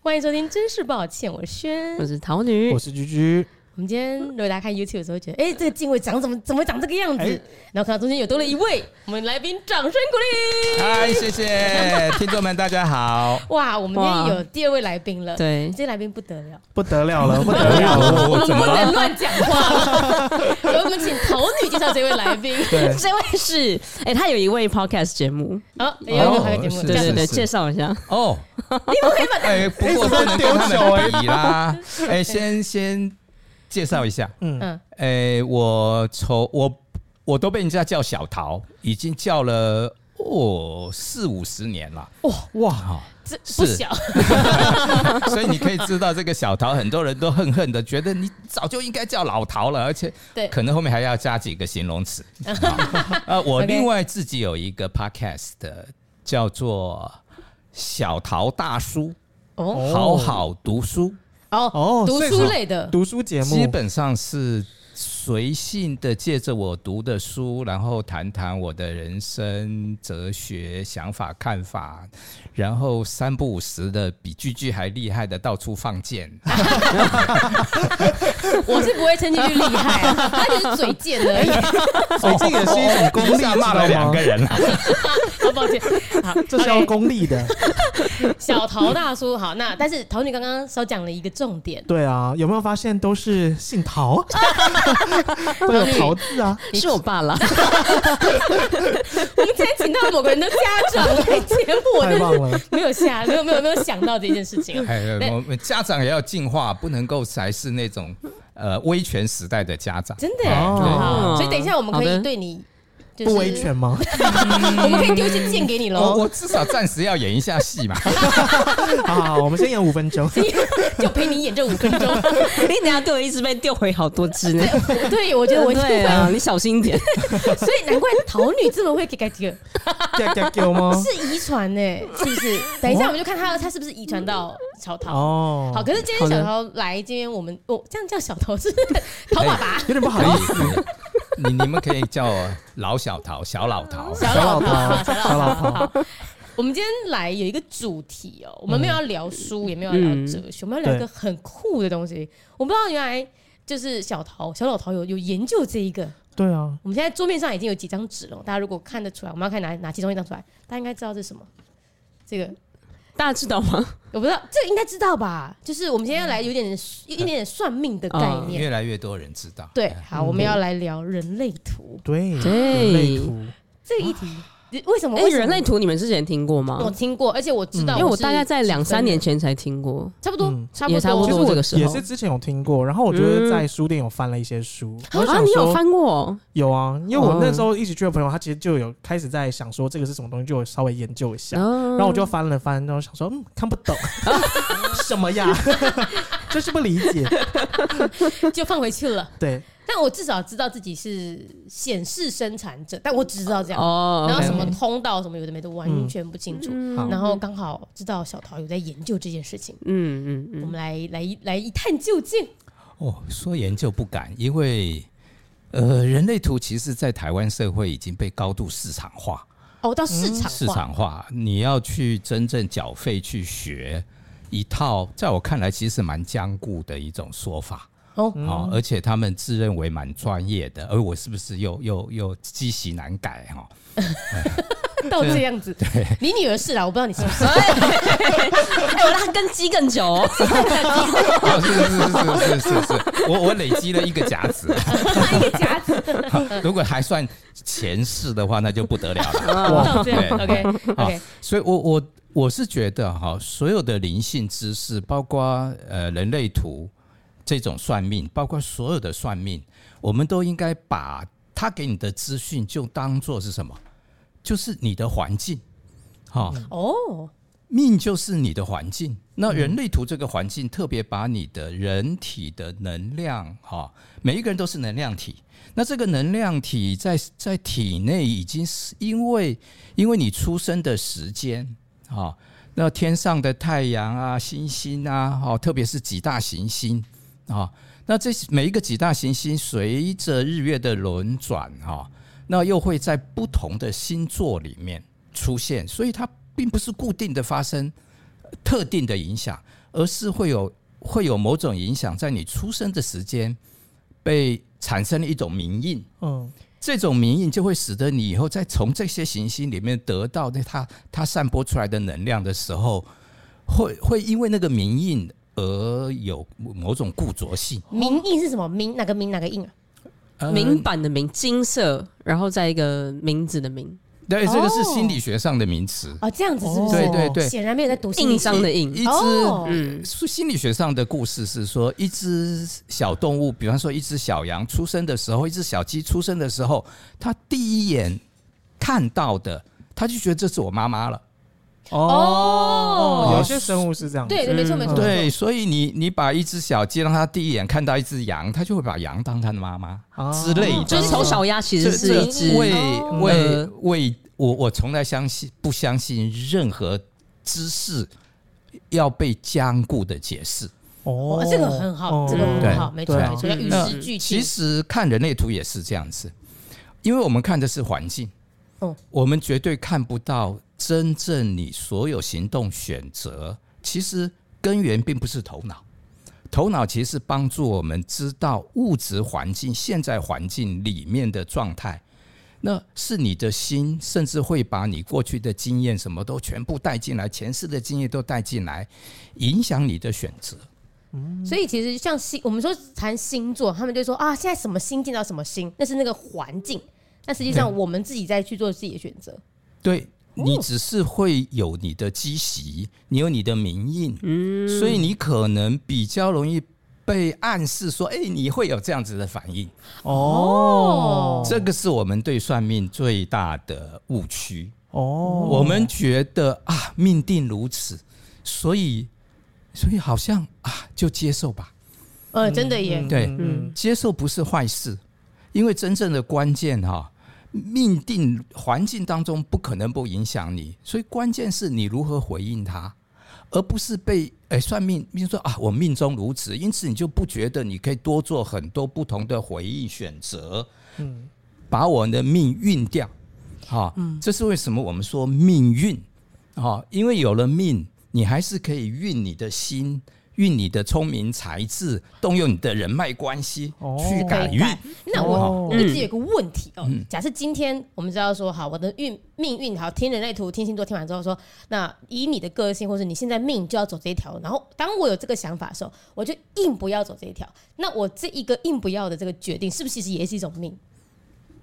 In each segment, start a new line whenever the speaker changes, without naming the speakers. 欢迎收听，真是抱歉，我是轩。
我是桃女
我，是居居，
我们今天如果大家看 YouTube 的时候，会觉得哎、这个敬畏长怎么怎么长这个样子？
哎
然后看到中间有多了一位，我们来宾掌声鼓励。
嗨，谢谢听众们，大家好，
哇，我们今天
哇
有第二位来宾了，
对
这些来宾不得了，
不得了了，不得了了，
我
我
们
怎
不
么了？
能乱讲话。所以我们请头女介绍这位来宾。
对，
这位是哎、他有一位 podcast 节目，
好，也有一个拍个节目，
哦是
对
这样
对对，
是
介绍一下，
哦，
你们可以把
哎，不过不能跟他们比啦。哎，先先介绍一下，
嗯，
嗯
哎，我从我我都被人家叫小桃，已经叫了哦四五十年了，
哇，
哦
这不
是
小，
所以你可以知道这个小桃，很多人都恨恨的，觉得你早就应该叫老桃了，而且
对
可能后面还要加几个形容词。好呃，我
OK
另外自己有一个 podcast 的叫做小桃大叔，
哦
好好读书。
哦
哦
读
所以
书
是
类的，
读书节目，
基本上是随性的借着我读的书，然后谈谈我的人生哲学想法、看法，然后三不五时的比句句还厉害的到处放箭。
我是不会称进去厉害啊，他只是嘴贱而已。
哎所以这也是一种功
一
利，
下骂了两个
人，
人了，
好抱歉，好，
这是要
OK
功利的，
小陶大叔好，那但是陶女刚刚少讲了一个重点，
对啊，有没有发现都是姓陶，都有陶字啊，
是我爸啦，
我 们今天请到某个人的家长来节目，我
太
真
棒了
是没有下，没有没有没有想到这件事 情啊。
哎，我们家长也要进化，不能够才是那种呃威权时代的家长。啊
真的耶，
哦
好，
嗯
所以等一下我们可
好
以
的
对你就是
不维权，吗？
我们可以丢一些剑给你
我
喽，
我至少暂时要演一下戏 嘛，
好好，我们先演五分钟，
就陪你演这五分钟。
你等一下对我一直被调回好多只呢，
对，我觉得我一定
啊对
会，
啊，你小心一点，
所以难怪陶女这么会给改这个，
给给给我吗？
是遗传呢，
哦
是不是？等一下我们就看他他是不是遗传到小陶。
哦，
好，可是今天小陶来，今天我们哦，这样叫小陶是不
哎
是陶爸爸。
有点不好
可
意
以
思，。
可以你你们可以叫我老小桃、小老桃。
小老婆，
小
小老
老
婆。
婆
好我们今天来有一个主题哦，我们没
嗯
有要聊书，也没有要聊哲学，我们要聊一个很酷的东西。我不知道原来就是小桃、小老桃有有研究这一个。
对啊，
我们现在桌面上已经有几张纸了，大家如果看得出来，我们要看哪哪其中一张出来，大家应该知道这是什么。这个
大家知道吗？
我不知道，这个应该知道吧？就是我们今天要来有点有一点点算命的概念。
啊
越来越多人知道。哎
对，好，我们要来聊人类图
对，
对
人类图，
这个议题。为什么？
哎、
为什么
人类图你们之前听过
我
吗？
听过，而且我知道
因
是，
为我大概在两三年
前
前才听过，
差不多
嗯，
差
也
不
差不
多，
多
其实
这
我
个时候
也是之前有听过，然后我觉得在书店有翻了一些书，我
啊，
想
你有
说
翻过？
有啊，因为我
哦
那时候一起去的朋友，他其实就有开始在想说这个是什么东西，就有稍微研究一下，
然
然后我就翻了翻，然后想说嗯看不懂什么呀， 就是不理解。
就放回去了。
对，
但我至少知道自己是显示生产者，但我只知道这样。
哦，
然后
OK，OK
什么通道什么有的没的完全不清楚。
嗯
好
然后刚好知道小桃有在研究这件事情，
嗯嗯
我们
嗯，
来来来一探究竟。
哦，说研究不敢，因为呃，人类图其实在台湾社会已经被高度市场化，
哦，到市场化，
市场化，你要去真正缴费去学一套，在我看来其实蛮僵固的一种说法。
哦
哦，而且他们自认为蛮专业的，而我是不是又又又积习难改哈、
到这样子。你女儿是啦，我不知道你是不
嗯
是。
哎、我拉根基更久、哦，
哦，是是是是是是是， 我我累积了一个甲子，
一个夹子
如果还算前世的话，那就不得了 了。
到这样
对
，OK OK，
所以我，我我是觉得哈，所有的灵性知识，包括呃人类图这种算命，包括所有的算命，我们都应该把它给你的资讯就当做是什么？就是你的环境，哈、
哦，
命就是你的环境。那人类图这个环境特别把你的人体的能量，哈、每一个人都是能量体。那这个能量体在在体内已经是因为因为你出生的时间啊、哈那天上的太阳啊、星星啊，哦，特别是几大行星啊、那这每一个几大行星随着日月的轮转哈、那又会在不同的星座里面出现，所以它并不是固定的发生。特定的影响，而是会有会有某种影响，在你出生的时间被产生了一种名印，
嗯，
这种名印就会使得你以后再从这些行星里面得到那它它散播出来的能量的时候，会会因为那个名印而有某种固着性。
明印是什么？明哪个明哪个印啊？
呃
明版的明，金色，然后再一个名字的名，
对，这个是
哦
心理学上的名词。
哦，这样子是不是？
对对对，
显然没有在读心理
印
学
章的
一
印。
只、
哦
嗯，
说心理学上的故事是说，一只小动物，比方说一只小羊出生的时候，一只小鸡出生的时候，它第一眼看到的，它就觉得这是我妈妈了。
哦
有些生物是这样子，
对对，没错没
嗯
错。
对，所以你你把一只小鸡让它第一眼看到一只羊，它就会把羊当它的妈妈
啊
之类的。
就是丑小鸭其实
这
是一只嗯
这为为
鹅
为我我从来相信不相信任何知识要被僵固的解释。
哦
哦，这个很好，这个很好，
对
没错
对啊
没错，要与
那
时俱进。
其实看人类图也是这样子，因为我们看的是环境，
哦
我们绝对看不到真正你所有行动选择，其实根源并不是头脑。头脑其实是帮助我们知道物质环境、现在环境里面的状态，那是你的心，甚至会把你过去的经验什么都全部带进来，前世的经验都带进来，影响你的选择。
所以其实像星，我们说谈星座，他们就说啊，现在什么星进到什么星，那是那个环境。但实际上，我们自己再去做自己的选择。
对你只是会有你的积习，你有你的名印，
嗯
嗯
所以你可能比较容易被暗示说，哎、你会有这样子的反应。
哦，
这个是我们对算命最大的误区。
哦，
我们觉得啊，命定如此，所以所以好像啊，就接受吧。
呃，真的耶，
对
嗯
接受不是坏事，因为真正的关键哈、命定环境当中不可能不影响你，所以关键是你如何回应它，而不是被哎、算命命说啊我命中如此，因此你就不觉得你可以多做很多不同的回应选择，
嗯
把我的命运掉，哈、这是为什么我们说命运，啊、因为有了命，你还是可以运你的心，运你的聪明才智，动用你的人脉关系、
哦
去改运。
改那我
哦
我
嗯
自己有个问题哦，假设今天我们知道说，好，我的运命运好，听人类图、听星座，听完之后说，那以你的个性或是你现在命就要走这一条，然后当我有这个想法的时候，我就硬不要走这一条。那我这一个硬不要的这个决定，是不是其实也是一种命？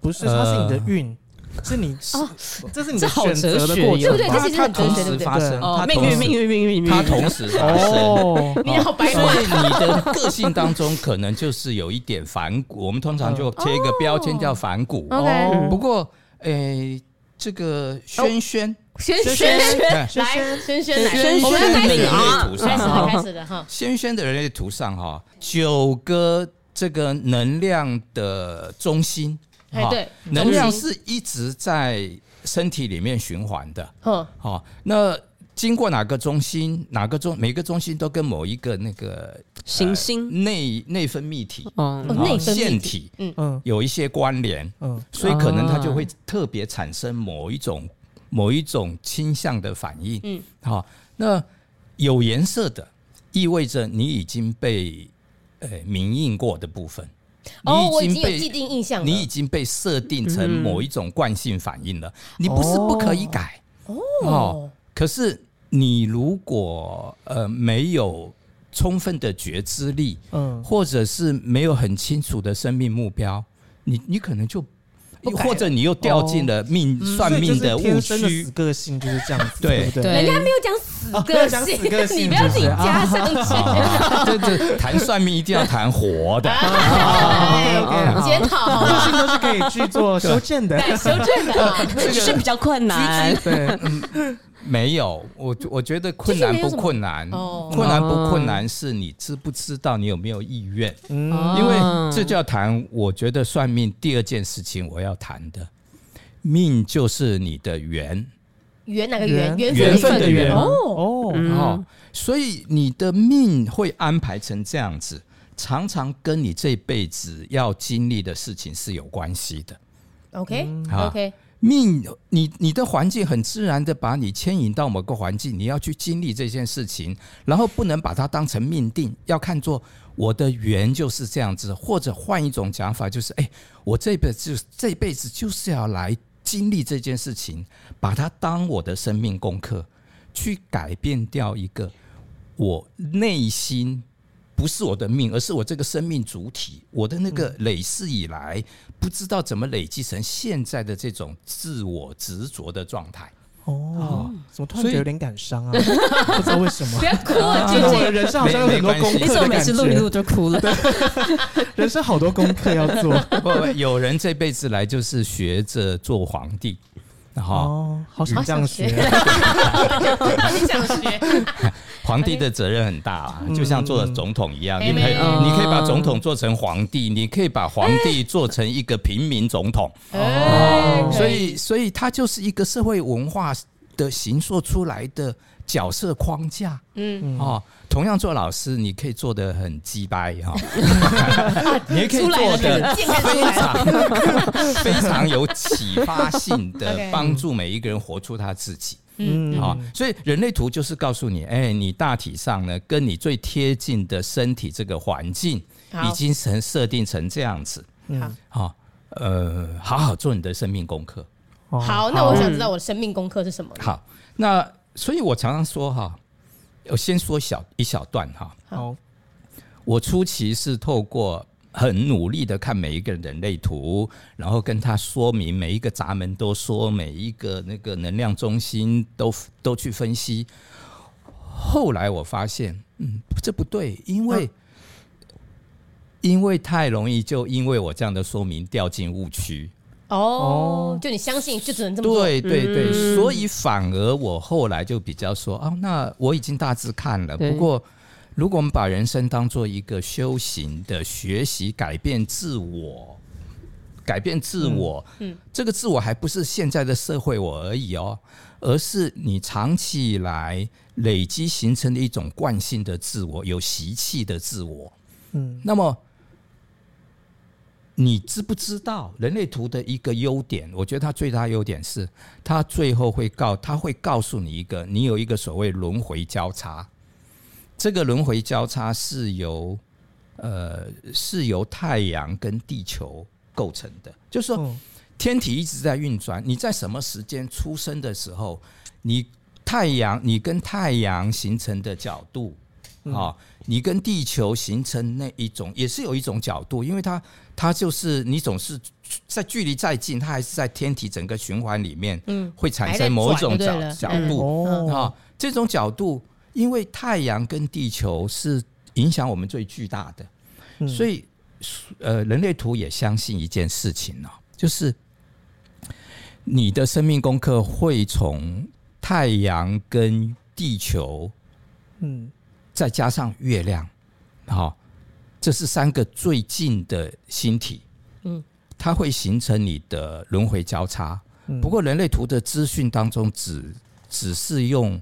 不是，它是你的运，是你
哦
这是你
这
的
好
选择
哲
的
学
过程吧，
对不对？这其实很哲
同
学，对
时
不对？
发生，
哦
它，
命
同
运
时
命运命运命运，
它同时 发生。
哦，
你好白
所
话
以你的个性当中可能就是有一点反骨，我们通常就贴一个标签叫反骨。
，OK，
不过，诶、这
哦
个轩轩，
轩
轩
轩
轩
哎
来，轩轩来，
轩轩
我们哎要开始
的
了，哦
命
开始
啊
了，开始了哈。
轩轩的人类图上哈，九个这个能量的中心，
哎，
哈，
对，
能量
中心，
是一直在身体里面循环的。
嗯，
好、那经过哪个中心，哪个中每个中心都跟某一个那个
行星
内内分泌体、
哦
哦
哈
内分泌
腺
体
体
嗯
有一些关联，
嗯，
所以可能它
啊
就会特别产生某一种某一种倾向的反应。
嗯，
好、那有颜色的意味着你已经被呃明印过的部分，
哦，我已
你
经有既定印象了，嗯
你已经被设定成某一种惯性反应了，你不是不可以改
哦，
可是你如果呃没有充分的觉知力，
嗯，
或者是没有很清楚的生命目标，你你可能就
不，改了哦嗯
或者你又掉进了命、算
所以就
命
是
的误
天生的
区
死。个性就是这样子，
对
不对？
对
人家没有讲死
哦没有讲死
个
个
性，你
性
不要自己
就是啊
加上去。
这这谈算命一定要谈活 的，
哎
哦 OK，OK
检讨好
个
吗？
性都是可以去做修正的，
改修正的啊，
只是比较困难。
对，
没有，我我觉得困
就是
难
没有
不
什么
困难，
哦
困难不困难是你知不知道，你有没有意愿。
嗯，
哦因为
哦
这就要谈，我觉得算命第二件事情我要谈的，命就是你的缘
缘哪个缘？
缘
分
缘
分
分的缘
哦，
哦，
哦，所以你的命会安排成这样子，常常跟你这辈子要经历的事情是有关系的。
，OK
好
OK，
命，你你的环境很自然的把你牵引到某个环境，你要去经历这件事情，然后不能把它当成命定，要看作我的缘就是这样子，或者换一种讲法，就是哎、我这辈子就这辈子就是要来经历这件事情，把它当我的生命功课，去改变掉一个我内心。不是我的命，而是我这个生命主体，我的那个累世以来，不知道怎么累积成现在的这种自我执着的状态。
哦，怎么突然
所
觉
以
得有点感伤啊？不知道为什么
不。要哭了，
觉
姐
得
姐。
我的人生好像有很多功
没
你怎
课
没
么
的
每
感
次录一
觉，
录就哭了？
人生好多功课要做。
不不，有人这辈子来就是学着做皇帝，哈、
哦， 好想这样学。
你想学？
皇帝的责任很大啊，
嗯
就像做总统一样，
嗯
你可以、
嗯
你可以把总统做成皇帝，你可以把皇帝做成一个平民总统，
哎
哦
可
所以所以它就是一个社会文化的形塑出来的角色框架。
嗯，
嗯
哦，同样做老师，你可以做的很鸡掰哈， 你也可以
出来
做
了，
的
健康出
非
来了。
常非常有启发性的
OK，
帮助每一个人活出他自己。
嗯，
啊、所以人类图就是告诉你，哎、你大体上呢，跟你最贴近的身体这个环境，
好
已经成设定成这样子，
好
嗯，
啊、呃，好好做你的生命功课。
哦
好，那我想知道我的生命功课是什么呢？
好，那所以我常常说哈，我先说小一小段哈，
好，
我初期是透过很努力的看每一个人类图，然后跟他说明每一个闸门都说，每一个那个能量中心都都去分析。后来我发现，嗯，这不对，因为、因为太容易就因为我这样的说明掉进误区。
哦，就你相信，就只能这么做。
对对对，
嗯
所以反而我后来就比较说，哦，那我已经大致看了。
对
不过，如果我们把人生当做一个修行的学习，改变自我，改变自我，
嗯嗯
这个自我还不是现在的社会我而已哦，而是你长期以来累积形成的一种惯性的自我，有习气的自我。
嗯，
那么，你知不知道人类图的一个优点？我觉得它最大优点是，它最后会告，它会告诉你一个，你有一个所谓轮回交叉。这个轮回交叉是由，呃，是由太阳跟地球构成的。就是说，
嗯
天体一直在运转，你在什么时间出生的时候，你太阳，你跟太阳形成的角度
嗯
啊、你跟地球形成那一种，也是有一种角度，因为它它就是你总是在距离再近，它还是在天体整个循环里面
嗯，
会产
还在
生某一
转就
种
对
角
了
角
嗯
度啊、
哦，
这种角度，因为太阳跟地球是影响我们最巨大的。
嗯
嗯
所以，呃，人类图也相信一件事情哦，就是你的生命功课会从太阳跟地球，
嗯，
再加上月亮，好、这是三个最近的星体，
嗯
嗯，它会形成你的轮回交叉。
嗯
不过，人类图的资讯当中只只是用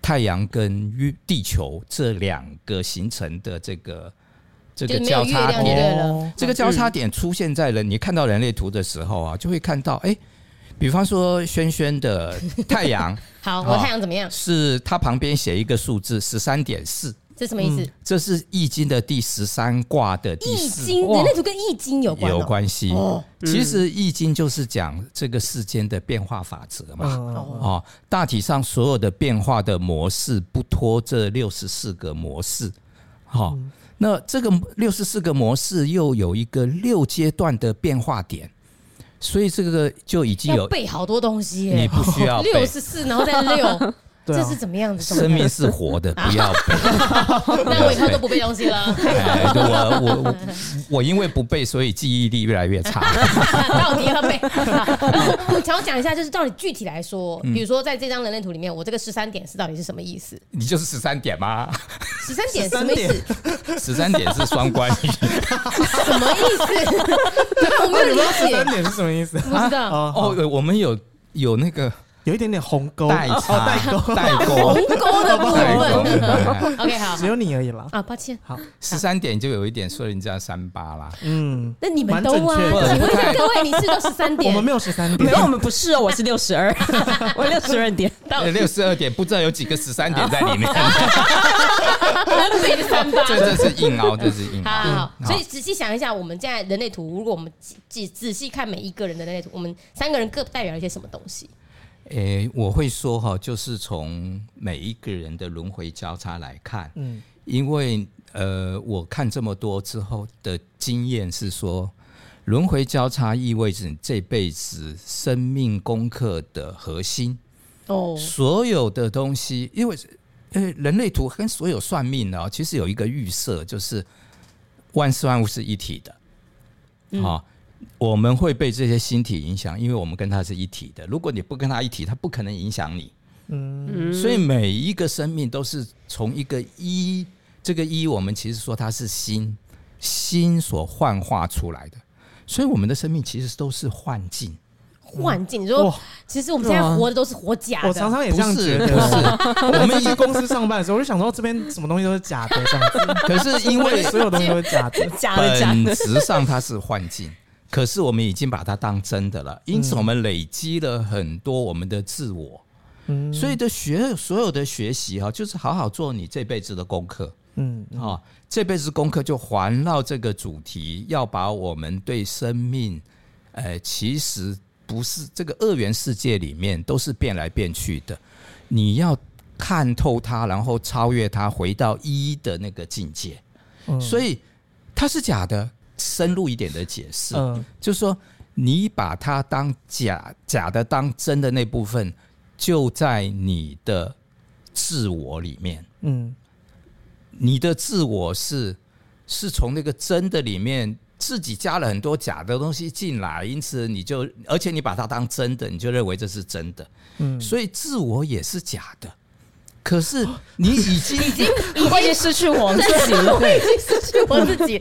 太阳跟月地球这两个形成的这个这
就是
个
没有
交
月
叉
亮
点
对，了
哦
这个交叉点出现在了你看到人类图的时候啊，就会看到，哎、比方说轩 轩的太阳
好，
哦
我太阳怎么样？
是它旁边写一个数字十三点四，
这什么意思？
这是《易经》的第十三卦的第
易
四
经，
哇
人类图跟易经有关哦
有关系。
哦，
其实《易经》就是讲这个世间的变化法则嘛。
嗯
哦，大体上所有的变化的模式不脱这六十四个模式。好、
嗯
那这个六十四个模式又有一个六阶段的变化点，所以这个就已经
要
有
背好多东西
你
耶，
不需 要
六
背。
十四，然后再六，
对
这
啊
是怎么样 子？
生命是活 的，不要背。
那我以后 都不背东西了，
哎我我我我因为不背，所以记忆力越来越差。
到底要背？ 我想要讲一下，就是到底具体来说，比如说在这张人类图里面，我这个十三点四到底是什么意思？
你就是十三点吗？
十三点什么意思？
十三点是双关 语。
什么意思？我没有理
十
解
三，点是什么意思？
不知道。
哦，
哦，我们有有那个
有一点点鸿沟，
代
哦
差
代沟，
代
鸿
沟，
沟的部
代沟
分。
哎
OK，好
只有你而已啦。
啊，抱歉，
好，
十三点就有一点说人家三八啦。
嗯，
那你们都啊？
蛮
请
准确
的
问一下各位，你是都十三
我
点
们？没有十三
没
点
有，，我们不是哦，我是六十 二，我六十二点。
哎六十二点不知道有几个十三点在里面，
很美 的 三八。
这这是硬凹，这是硬
好
凹。
好好，
嗯
所以仔细想一下，我们现在人类图，如果我们仔仔仔细看每一个人的人类图，我们三个人各代表了一些什么东西？
诶、哎我会说哈，就是从每一个人的轮回交叉来看，
嗯，
因为呃，我看这么多之后的经验是说，轮回交叉意味着你这辈子生命功课的核心，
哦
所有的东西，因为呃，人类图跟所有算命啊，其实有一个预设，就是万事万物是一体的，
嗯
好、我们会被这些星体影响，因为我们跟它是一体的。如果你不跟它一体，它不可能影响你。
嗯
所以每一个生命都是从一个一，这个一我们其实说它是心，心所幻化出来的。所以我们的生命其实都是幻境，
幻境，你说
哇，
其实我们现在活的都是活假
我
的
常，常也
不
这样
是
觉
不
得。
是，
我
我
们
们
在
一
公司上班的时候，我就想说这边什么东西都是假的，这样子，
可是因为
所有东西都是假的。
假的假
本
的，
质上它是幻境，可是我们已经把它当真的了，因此我们累积了很多我们的自我，
嗯
所以的学所有的学习哈，就是好好做你这辈子的功课。
嗯，
哦，这辈子功课就环绕这个主题，要把我们对生命，呃，其实不是这个二元世界里面都是变来变去的，你要看透它，然后超越它，回到一的那个境界。
嗯
所以它是假的，深入一点的解释，
嗯
就是说你把它当假假的当真的那部分，就在你的自我里面。
嗯
你的自我是是从那个真的里面自己加了很多假的东西进来，因此你就而且你把它当真的，你就认为这是真的，
嗯，
所以自我也是假的。可是你已经
我已经失去我自己了。
我已经失去我自 己。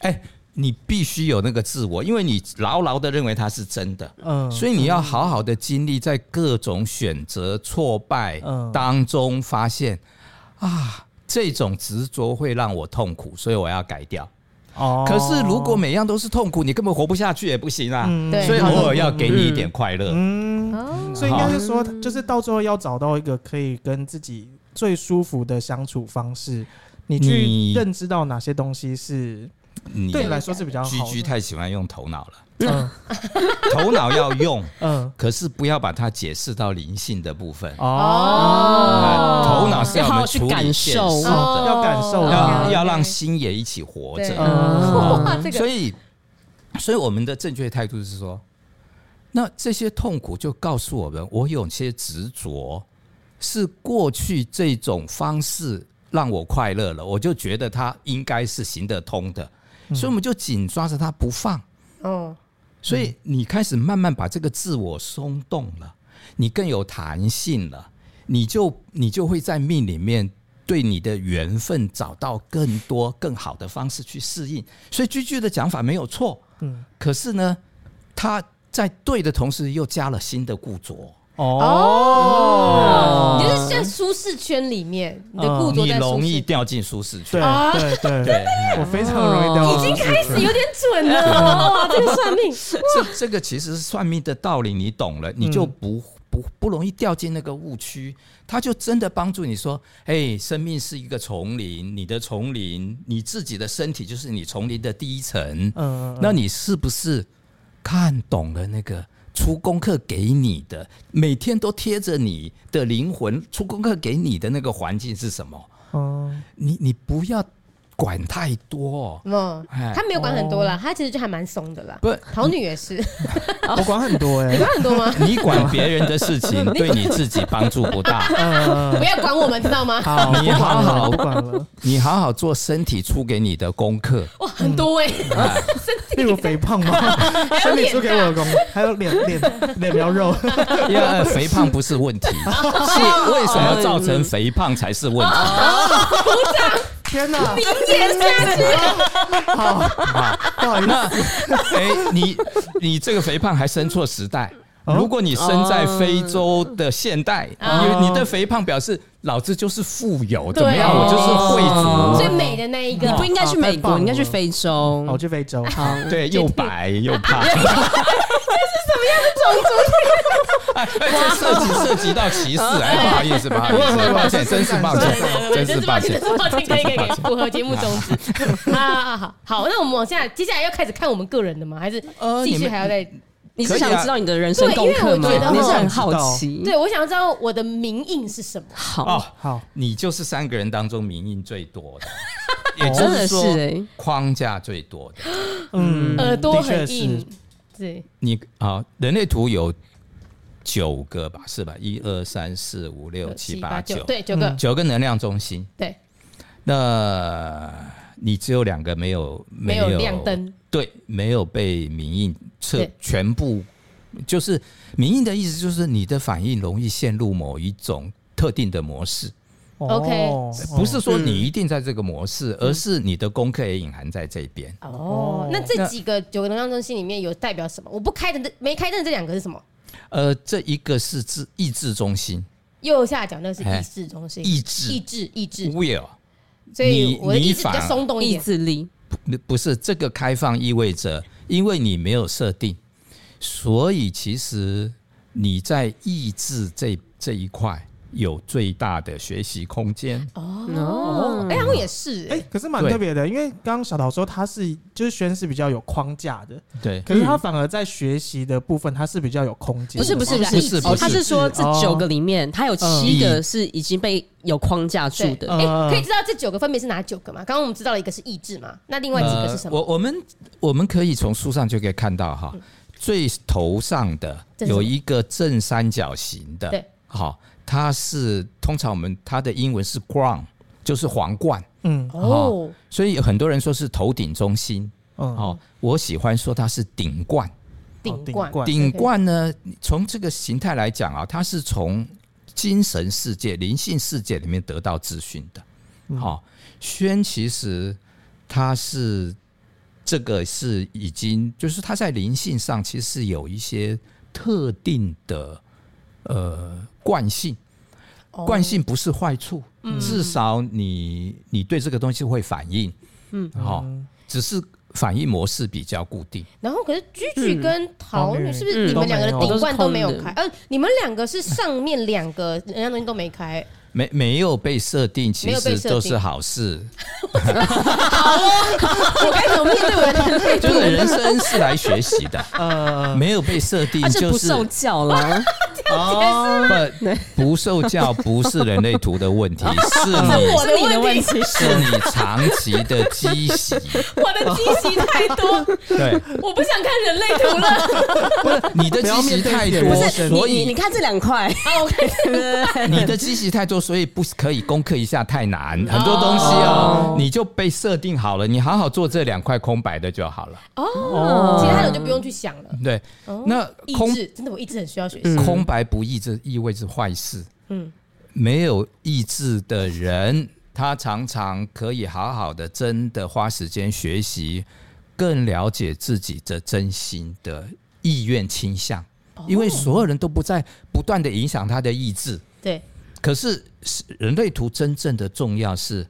哎、你必须有那个自我，因为你牢牢的认为它是真的。
嗯，
所以你要好好的经历，在各种选择、挫败
嗯
当中，发现啊，这种执着会让我痛苦，所以我要改掉。
哦，
可是如果每样都是痛苦，你根本活不下去也不行啊。
嗯
对
所以偶尔要给你一点快乐。
嗯，
哦，
所以应该是说，就是到最后要找到一个可以跟自己最舒服的相处方式。你去
你
认知到哪些东西是
你
对你来说是比较
居
好
居
的，
太喜欢用头脑了，
嗯
头脑要用，
嗯哦
可是不要把它解释到灵性的部分。
哦
啊头脑是
要好
我
好
们
去
处理
感
现
受
实
哦
的，
要感受
要
啊
要让心也一起活
对
着。
嗯
哇，这
所
个
以，啊所以我们的正确态度是说，那这些痛苦就告诉我们，我有些执着是过去这种方式让我快乐了，我就觉得它应该是行得通的，所以我们就紧抓着它不放。
哦，
所以你开始慢慢把这个自我松动了，你更有弹性了，你就你就会在命里面对你的缘分找到更多更好的方式去适应。所以居居的讲法没有错，
嗯
可是呢，他在对的同时又加了新的固着，
哦，
你就是在舒适圈里面，你的固着
你
在舒
容易
适，
掉进舒适
对
圈。
啊
对对
对，
我非常容易掉，
已经开始有点准 了。哇，嗯这个算命，
哎
这这个其实是算命的道理，你懂了，你就不、不不容易掉进那个误区，他就真的帮助你说，哎，生命是一个丛林，你的丛林，你自己的身体就是你丛林的第一层，
嗯，
那你是不是看懂了那个？出功课给你的，每天都贴着你的灵魂。出功课给你的那个环境是什么？
嗯
你你不要管太多、哦，
嗯，
哎
他没有管很多啦，他其实就还蛮松的啦。
不，
桃女也是，
我管很多哎
你，管很多吗？
你管别人的事 情，对你自己帮助不大。
嗯
不，要管我们，知道吗？
好，
你
不管
好
了
好
不管了，
你好好做身体出给你的功课，
哇，很多哎，
哎
例如肥胖吗？生理输给我的功，还有脸脸脸比较肉，
因为呃肥胖不是问题，是为什么造
哦
成肥胖才是问题。
天哪！
天下去。
好，不好意思，
那哎，你你这个肥胖还生错时代。
哦
如果你生在非洲的现代，
哦
因为你的肥胖表示老子就是富有，怎么样？
对
我就是
哦
贵啊
最美的那一个
你，不应该去美
哦
国，
太棒了
你应该去非洲。
哦，去非洲，
好，
族，对，又白又胖。哎，哎这涉及涉及到歧视，哎，不好意思，不好意
不会
思，
不会
抱歉，真是抱歉
对对，对对
真是抱歉
真。是抱歉，可以可以可以，符合节目宗旨啊！好，好，那我们往下，接下来要开始看我们个人的吗？还是
呃
继
你
续
们
还要再？
你是想
可以啊
知道你的人生功课吗
对因为我觉得？
你是
哈
很好奇。
对，我想知道我的名印是什么。
好
哦，，
好，
你就是三个人当中民印最多的，也就
真的
是
是
说
哎，
框架最多的。
嗯，
耳朵
的确
很
是
硬，对，
你啊，人类图有九个吧，是吧？一二三四五六七八九，
对，九个，
九个能量中心。
对，
那你只有两个没有
没有亮灯，
对，没有被民印测
对
全部，就是民印的意思就是你的反应容易陷入某一种特定的模式，
OK
哦
不是说你
嗯
一定在这个模式，而是你的功课也隐含在这边。
哦
哦，
那这几个九个能量中心里面有代表什么？我不开的那没开灯的这两个是什么？
呃，这一个是自意志中心
右下角那是意志中心，
意志
意志，意志，
，will，
所以
你
我的
你
意志比较
反而
松动一
意
点。
志力，
不不是这个开放意味着，因为你没有设定，所以其实你在意志这这一块有最大的学习空间。
哦，哎，好像也是，
哎、
哎，
可是蛮
对
特别的，因为刚刚小桃说他是就是宣誓比较有框架的，
对，
可是他反而在学习的部分他是比较有空间的。
不是不是
不是
意
不
志
是不是嗯
他是说这
哦
九个里面，他有七个是已经被有框架住
对
的。哦
哎，
呃
可以知道这九个分别是哪九个吗？刚刚我们知道了一个是意志嘛，那另外几个是什么？嗯
呃我我们我们可以从书上就可以看到哈，最头上的
这是什么
有一个正三角形的，
对，
好，它是通常我们它的英文是 crown，就是皇冠，
嗯
哦，
所以有很多人说是头顶中心，
嗯
哦，我喜欢说它是顶冠。
顶
顶
冠，
冠
顶冠呢，从这个形态来讲啊，它是从精神世界、灵性世界里面得到资讯的。好、轩其实他是这个是已经，就是他在灵性上其实是有一些特定的呃惯性，
哦
惯性不是坏处，至少你你对这个东西会反应，嗯，好、只是反应模式比较固定。
然后可是居居跟桃女
嗯
是不是你们两个的顶冠都没有
都
开
没？
呃，你们两个是上面两个人家东西都没开，
没没有被设定，
没
其
有被
实
设定
都是好事。
我该怎么面对我的 人类
就是人生是来学习的，
呃
没有被设定
他啊是
就
不
是
受教了，
哦，
不不受教，不是人类图的问题，是 你
我的
是你的
问
问
题
题。
是你长期的积习。
我的积习太多，
对，
我不想看人类图了。
你的积习太
不
多，
要面对
所
你你
以
你看这两块，
好，我看
你的积习太多，所以不可以攻克一下太难，很多东西哦，你就被设定好了，你好好做这两块空白的就好了。
哦，其他的我就不用去想了。
对，那
意
空
志真的，我一直很需要学习。
空白不意志意味着坏事。嗯，没有意志的人，他常常可以好好的，真的花时间学习，更了解自己的真心的意愿倾向。因为所有人都不在不断的影响他的意志，
对，
可是是人类图真正的重要是，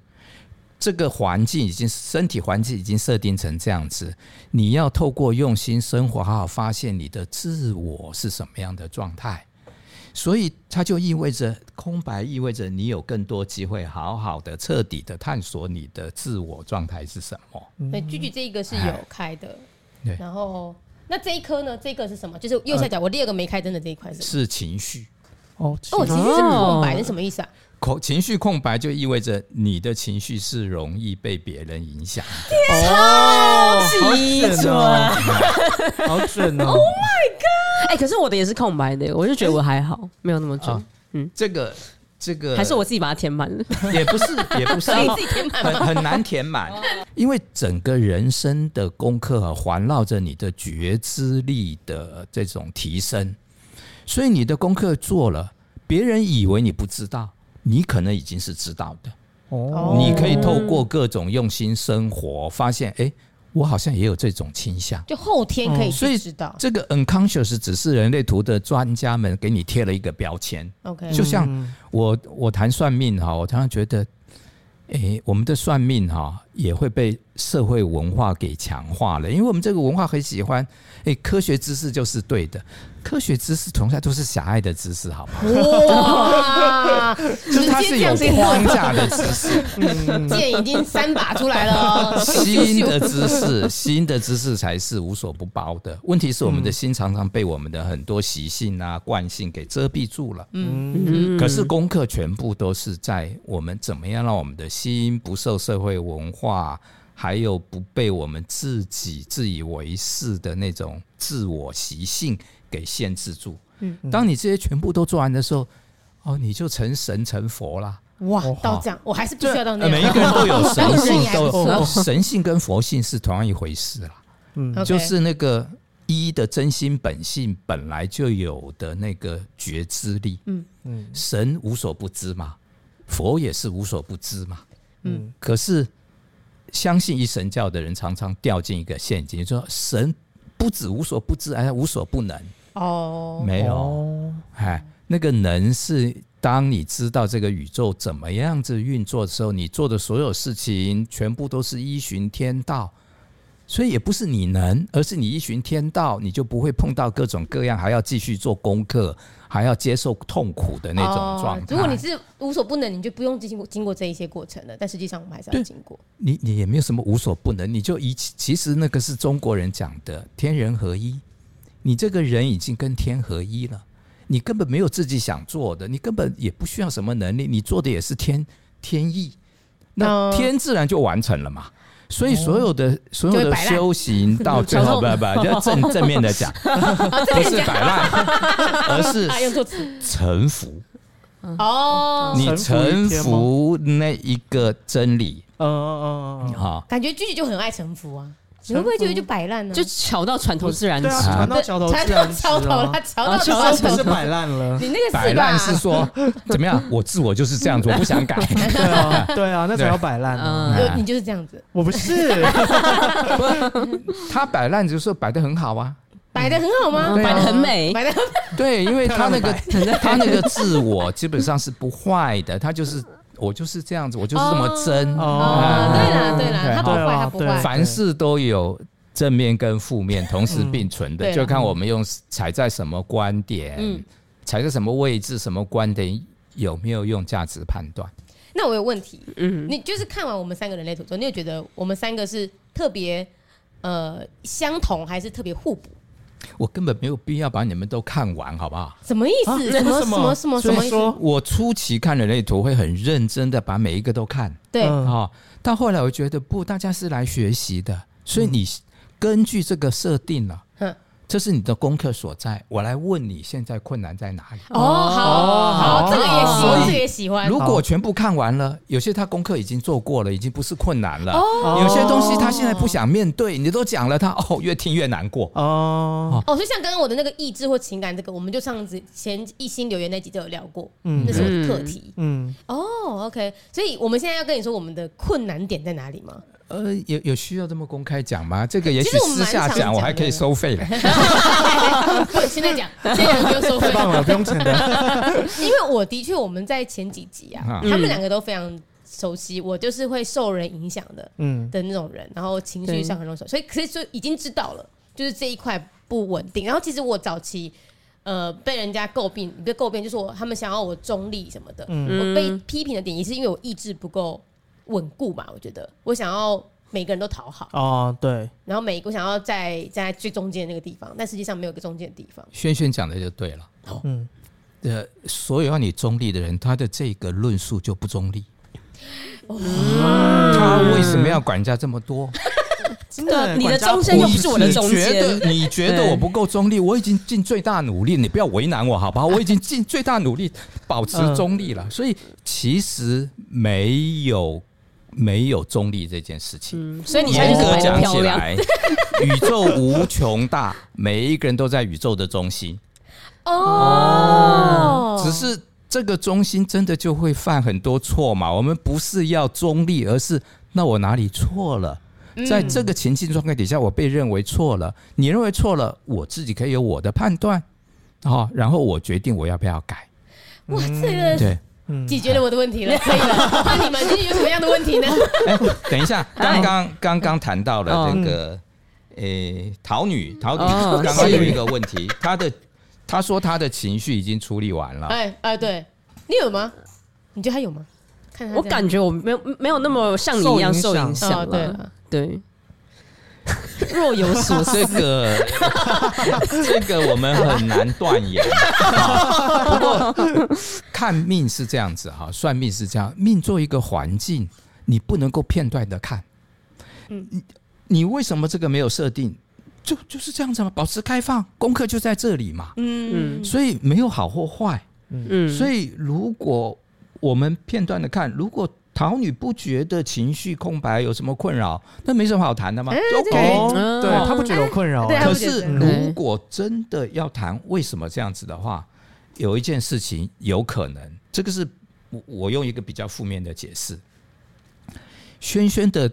这个环境已经身体环境已经设定成这样子，你要透过用心生活，好好发现你的自我是什么样的状态。所以它就意味着空白，意味着你有更多机会好好的、彻底的探索你的自我状态是什么。
对，居居这一个是有开的
对，
然后那这一颗呢？这一个是什么？就是右下角我第二个没开灯的这一块是什么。
是情绪，
哦，
哦，其
其实
实是空白，那什么意思啊？
空情绪空白就意味着你的情绪是容易被别人影响的。
好准哦，好准哦，
哎，可是我的也是空白的，我就觉得我还好，没有那么准
啊，这个，这个
还是我自己把它填满了。
也不是，也不是，
所以自己填满
很
吗？
很难填满，因为整个人生的功课啊环绕着你的觉知力的这种提升，所以你的功课做了，别人以为你不知道，你可能已经是知道的。
哦，
哦
你可以透过各种用心生活，发现哎、诶我好像也有这种倾向。
就后天可以
所以
去知道。
这个 unconscious 只是人类图的专家们给你贴了一个标签。
OK，
就像
嗯
我我谈算命哈，我常常觉得，诶、我们的算命哈也会被社会文化给强化了，因为我们这个文化很喜欢，诶、科学知识就是对的，科学知识从来都是狭隘的知识，好吗？
哇，
就是它是有
直接这样
框
子
架的知 识，
剑已经三把出来了哦，
新的 知识，新的知识才是无所不包的。问题是我们的心常常被我们的很多习性啊、惯性给遮蔽住了。
嗯
可是功课全部都是在我们怎么样让我们的心不受社会文化，还有不被我们自己自以为是的那种自我习性给限制住。
嗯
当你这些全部都做完的时候，哦，你就成神成佛啦。
哇
哦，
到这样，我还是必须要到那
呃
样。
每一个人都有神
哪有人
性
也，还
都
不错
有神性跟佛性是同样一回事啦。
嗯
OK
就是那个一的真心本性本来就有的那个觉知力。
嗯
神无所不知嘛，佛也是无所不知嘛。
嗯
可是相信一神教的人常常掉进一个陷阱，就说神不止无所不知，还哎无所不能。
哦，
没有，
哦
哎，那个能是当你知道这个宇宙怎么样子运作的时候，你做的所有事情全部都是依循天道。所以也不是你能，而是你依循天道，你就不会碰到各种各样，还要继续做功课，还要接受痛苦的那种状态
哦。如果你是无所不能，你就不用经过经过这一些过程了。但实际上我们还是要
对
经过。
你你也没有什么无所不能，你就一其其实那个是中国人讲的天人合一，你这个人已经跟天合一了，你根本没有自己想做的，你根本也不需要什么能力，你做的也是天天意，那
嗯哦
天自然就完成了嘛。所以所有的、所有
就会
的
摆烂
修行 到最后，不
小
不，要正正面的讲，不是 摆烂，而是
啊，用作词
臣服。
哦，
你臣
臣服于天吗
服那一个真理，
嗯嗯嗯嗯嗯，
哈、
感觉居居就很爱臣服啊，你
臣
会
服
不会觉得就摆烂呢？
就巧到船头自然直
对啊，
直
传到桥头自
才到
然直
桥头
啊，
啦，桥到
啊嗯桥
桥
到
不
头
是，摆 烂了。
你那个
摆
是
烂
吧？
是说怎么样？我自我就是这样子，我不想改。哎
对啊，对啊，那才叫摆烂啊！
嗯，
就你就是这样子，
我不是，
他摆烂就是摆的很好啊，
摆的很好吗？
对啊
摆的很美，
摆的
对，因为 他那个
漂亮地摆
他那个自我基本上是不坏的，他就是我就是这样子，我就是这么真，嗯
哦，对啦对啦，
对啊
他不
对
坏
啦
他不
对
坏，
凡事都有。正面跟负面同时
嗯
并存的，
对
就
了
看我们用踩在什么观点，
嗯
踩在什么位置、什么观点有没有用价值判断。
那我有问题，
嗯，
你就是看完我们三个人类图之后，你有觉得我们三个是特别呃相同，还是特别互补？
我根本没有必要把你们都看完，好不好？
什么意思？
啊
什么
为
什
什
么
么
什么什
所以
么意思？
说
我初期看人类图会很认真的把每一个都看，
对，
嗯
哦，到后来我觉得不，大家是来学习的，所以你根据这个设定了、
嗯
这是你的功课所在。我来问你，现在困难在哪里？
哦，好好，这个也喜
所
欢，
以
这个也喜欢
如。果全部看完了，有些他功课已经做过了，已经不是困难了。
哦
有些东西他现在不想面对，你都讲了他，哦，越听越难过。
哦，
哦，就像刚刚我的那个意志或情感这个，我们就上次前一心留言那集都有聊过，
嗯
那是我的课题。
嗯，
哦，OK，所以我们现在要跟你说我们的困难点在哪里吗？
呃，有有需要这么公开讲吗？这个也
其
许
实我们
私
蛮
下
常
讲，我
讲
还可以
的
收 费嘞。
不现在讲，现在讲就收费
太。棒了，不用钱的，
因为我的确，我们在前几集啊，
嗯
他们两个都非常熟悉，我就是会受人影响的
嗯
的那种人，然后情绪上很容易受，所以可是就已经知道了，就是这一块不稳定。然后其实我早期呃被人家诟病，不是诟病，就是我他们想要我中立什么的，
嗯
我被批评的点也是因为我意志不够稳固嘛，我觉得我想要每个人都讨好，
哦，对，
然后每个我想要在在最中间的那个地方，但实际上没有一个中间的地方。
轩轩讲的就对了。
哦
嗯，
呃，所有让你中立的人，他的这个论述就不中立。
哦
他为什么要管人家这么多？
真
对你的
管家
中间又不是我的
你
中
觉
间，
得你觉得
对
我不够中立？我已经尽最大努力，你不要为难我好 不好？我已经尽最大努力保持中立
嗯
了。所以其实没有没有中立这件事情。
嗯所以你现在
严
就是
格
摆的
讲
漂
起
亮，
来， 宇宙无穷大，每一个人都在宇宙的中心。
哦，
只是这个中心真的就会犯很多错嘛。我们不是要中立，而是那我哪里错了？
嗯
在这个情境状态底下，我被认为错了，你认为错了，我自己可以有我的判断，哦，然后我决定我要不要改。
哇，这个
对，
嗯，
解决了我的问题了，可以了。那你们今天有什么样的问题呢？
哎，等一下，刚刚刚刚谈到了
哦
这个，诶，桃女，桃
哦
女 刚刚有
是
一个问题，她的她说她的情绪已经处理完了，
哎哎，对你有吗？你觉得他有吗？看他
我
这样
感觉我没有没有那么像你一样
受
受
影
影
响
啊
响
哦对
了
了，
对，若有所 思。
这个 这个我们很难断言。啊不过看命是这样子哈，算命是这样，命做一个环境，你不能够片段的看。
嗯
你你为什么这个没有设定？就就是这样子嘛，保持开放，功课就在这里嘛。
嗯
所以没有好或坏。
嗯，
所以如果我们片段的看，如果桃女不觉得情绪空白有什么困扰，那没什么好谈的嘛。
哎
就
这个
，OK
哦，
嗯
对他不觉得有困扰
对
啊，
啊
可
我觉
是
得
如果真的要谈为什么这样子的话，有一件事情有可能，这个是我我用一个比较负面的解释。轩轩的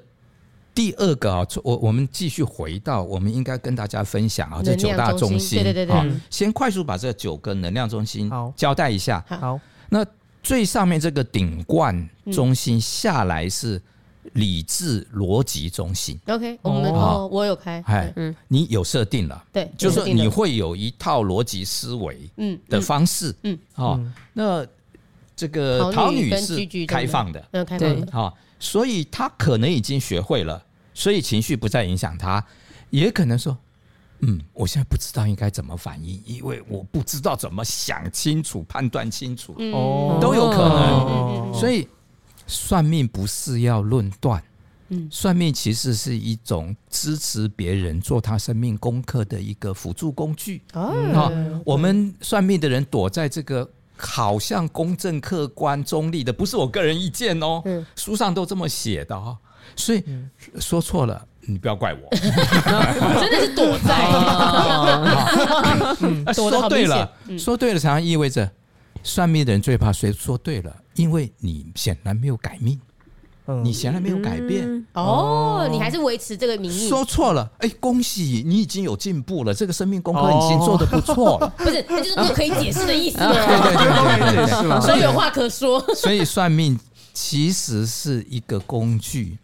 第二个啊，我我们继续回到我们应该跟大家分享啊，这
能
九
量
大
中
重
心
心，
对对对对
啊
嗯
先快速把这九个能量中心
好
交代一下。
好
好，
最上面这个顶冠中心下来是理智逻辑中心，
OK，我们
哦
哦，我有开，
哎，
嗯
你有设定了。
对，对
就是
有
说
定的
你会有一套逻辑思维
嗯
的
嗯
方式，
嗯，
哦，
嗯
那这个
桃
桃
女
女
跟居居对不对
是开放的，
没有开放的，
哦，所以她可能已经学会了，所以情绪不再影响她，也可能说，嗯，我现在不知道应该怎么反应，因为我不知道怎么想清楚、判断清楚，
嗯
哦，
都有可能
哦
所
以
以算命不是要论断。
嗯
算命其实是一种支持别人做他生命功课的一个辅助工具。
哦，
我们算命的人躲在这个好像公正、客观、中立的，不是我个人意见哦，
嗯
书上都这么写的哦，所以
嗯
说错了，你不要怪我。
真的是躲在，
哦
啊
躲得好
说对
明显
了，
嗯
说对了，常常意味着算命的人最怕谁说对了，因为你显然没有改命，
嗯
你显然没有改变。
嗯
哦，你还是维持这个名义，
说错了，哎，恭喜你已经有进步了，这个生命功课已经做得不错了。
不是，那就是不可以解释的意思 嘛，
对对对对对对对
是了
所以有话可说，
所以算命其实是一个工具。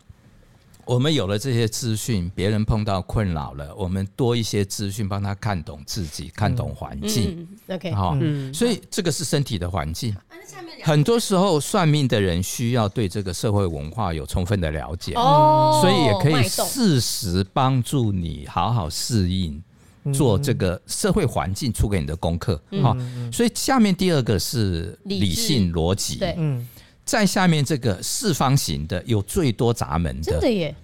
我们有了这些资讯，别人碰到困扰了，我们多一些资讯帮他看懂自己，看懂环境，
嗯，OK，
哈、
嗯
所以这个是身体的环境。
那下面
很多时候，算命的人需要对这个社会文化有充分的了解，
哦，
所以也可以
脉动
适时帮助你好好适应做这个社会环境出给你的功课。哈、所以下面第二个是
理
理
智
性逻辑，
对
嗯
在下面这个四方形的有最多闸门的，
真的耶，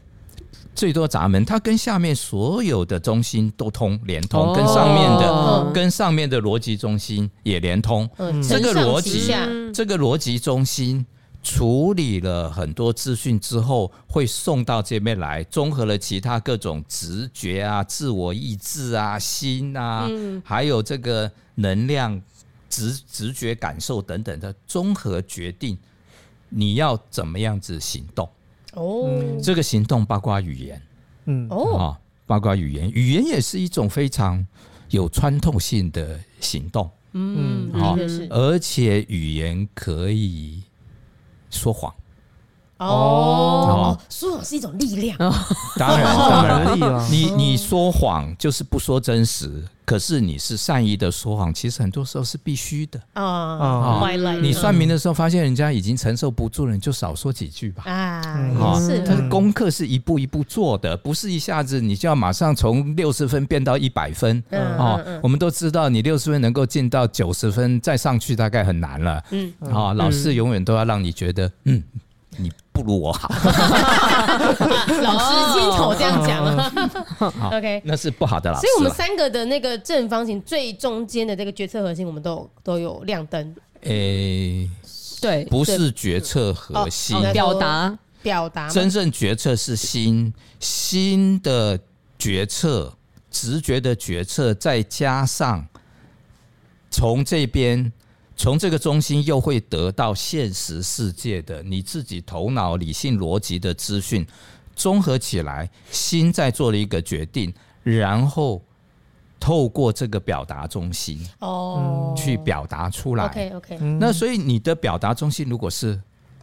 最多闸门，它跟下面所有的中心都通连通，
哦
跟上面的
嗯
跟上面的逻辑中心也连通。
嗯，
这个
承上
逻
启
辑嗯
下
这个逻辑中心处理了很多资讯之后，会送到这边来，综合了其他各种直觉啊、自我意志啊、心啊，
嗯
还有这个能量、直直觉感受等等的，综合决定你要怎么样子行动。
哦
这个行动包括语言
嗯
啊、
哦，
包括语言，语言也是一种非常有穿透性的行动，
嗯，
好
的确是
而且语言可以说谎。
哦
好，
说谎是一种力量，
当然，当然，
能力了，
你你说谎就是不说真实，可是你是善意的说谎，其实很多时候是必须的。
啊
啊
坏来
你算命的时候发现人家已经承受不住了，你就少说几句吧。
嗯
啊，
好
也是
但
的
是功课是一步一步做的，不是一下子你就要马上从六十分变到一百分。
嗯
哦
嗯，
我们都知道，你六十分能够进到九十分，再上去大概很难了。
嗯，
哦，老师永远都要让你觉得，嗯，你不如 我好，
老师亲口这样讲啊
嗯
好
，OK。
那是不好的老师啊
所以，我们
了
三个的那个正方形最中间的这个决策核心，我们都有都有亮灯
诶，
对，
不是决策核心
哦哦，
表达
表达嘛。
真正决策是心，心的决策，直觉的决策，再加上从这边，从这个中心又会得到现实世界的你自己头脑理性逻辑的资讯，综合起来，心在做了一个决定，然后透过这个表达中心
哦，
去表达出来。
OK OK，
嗯
那所以你的表达中心如果是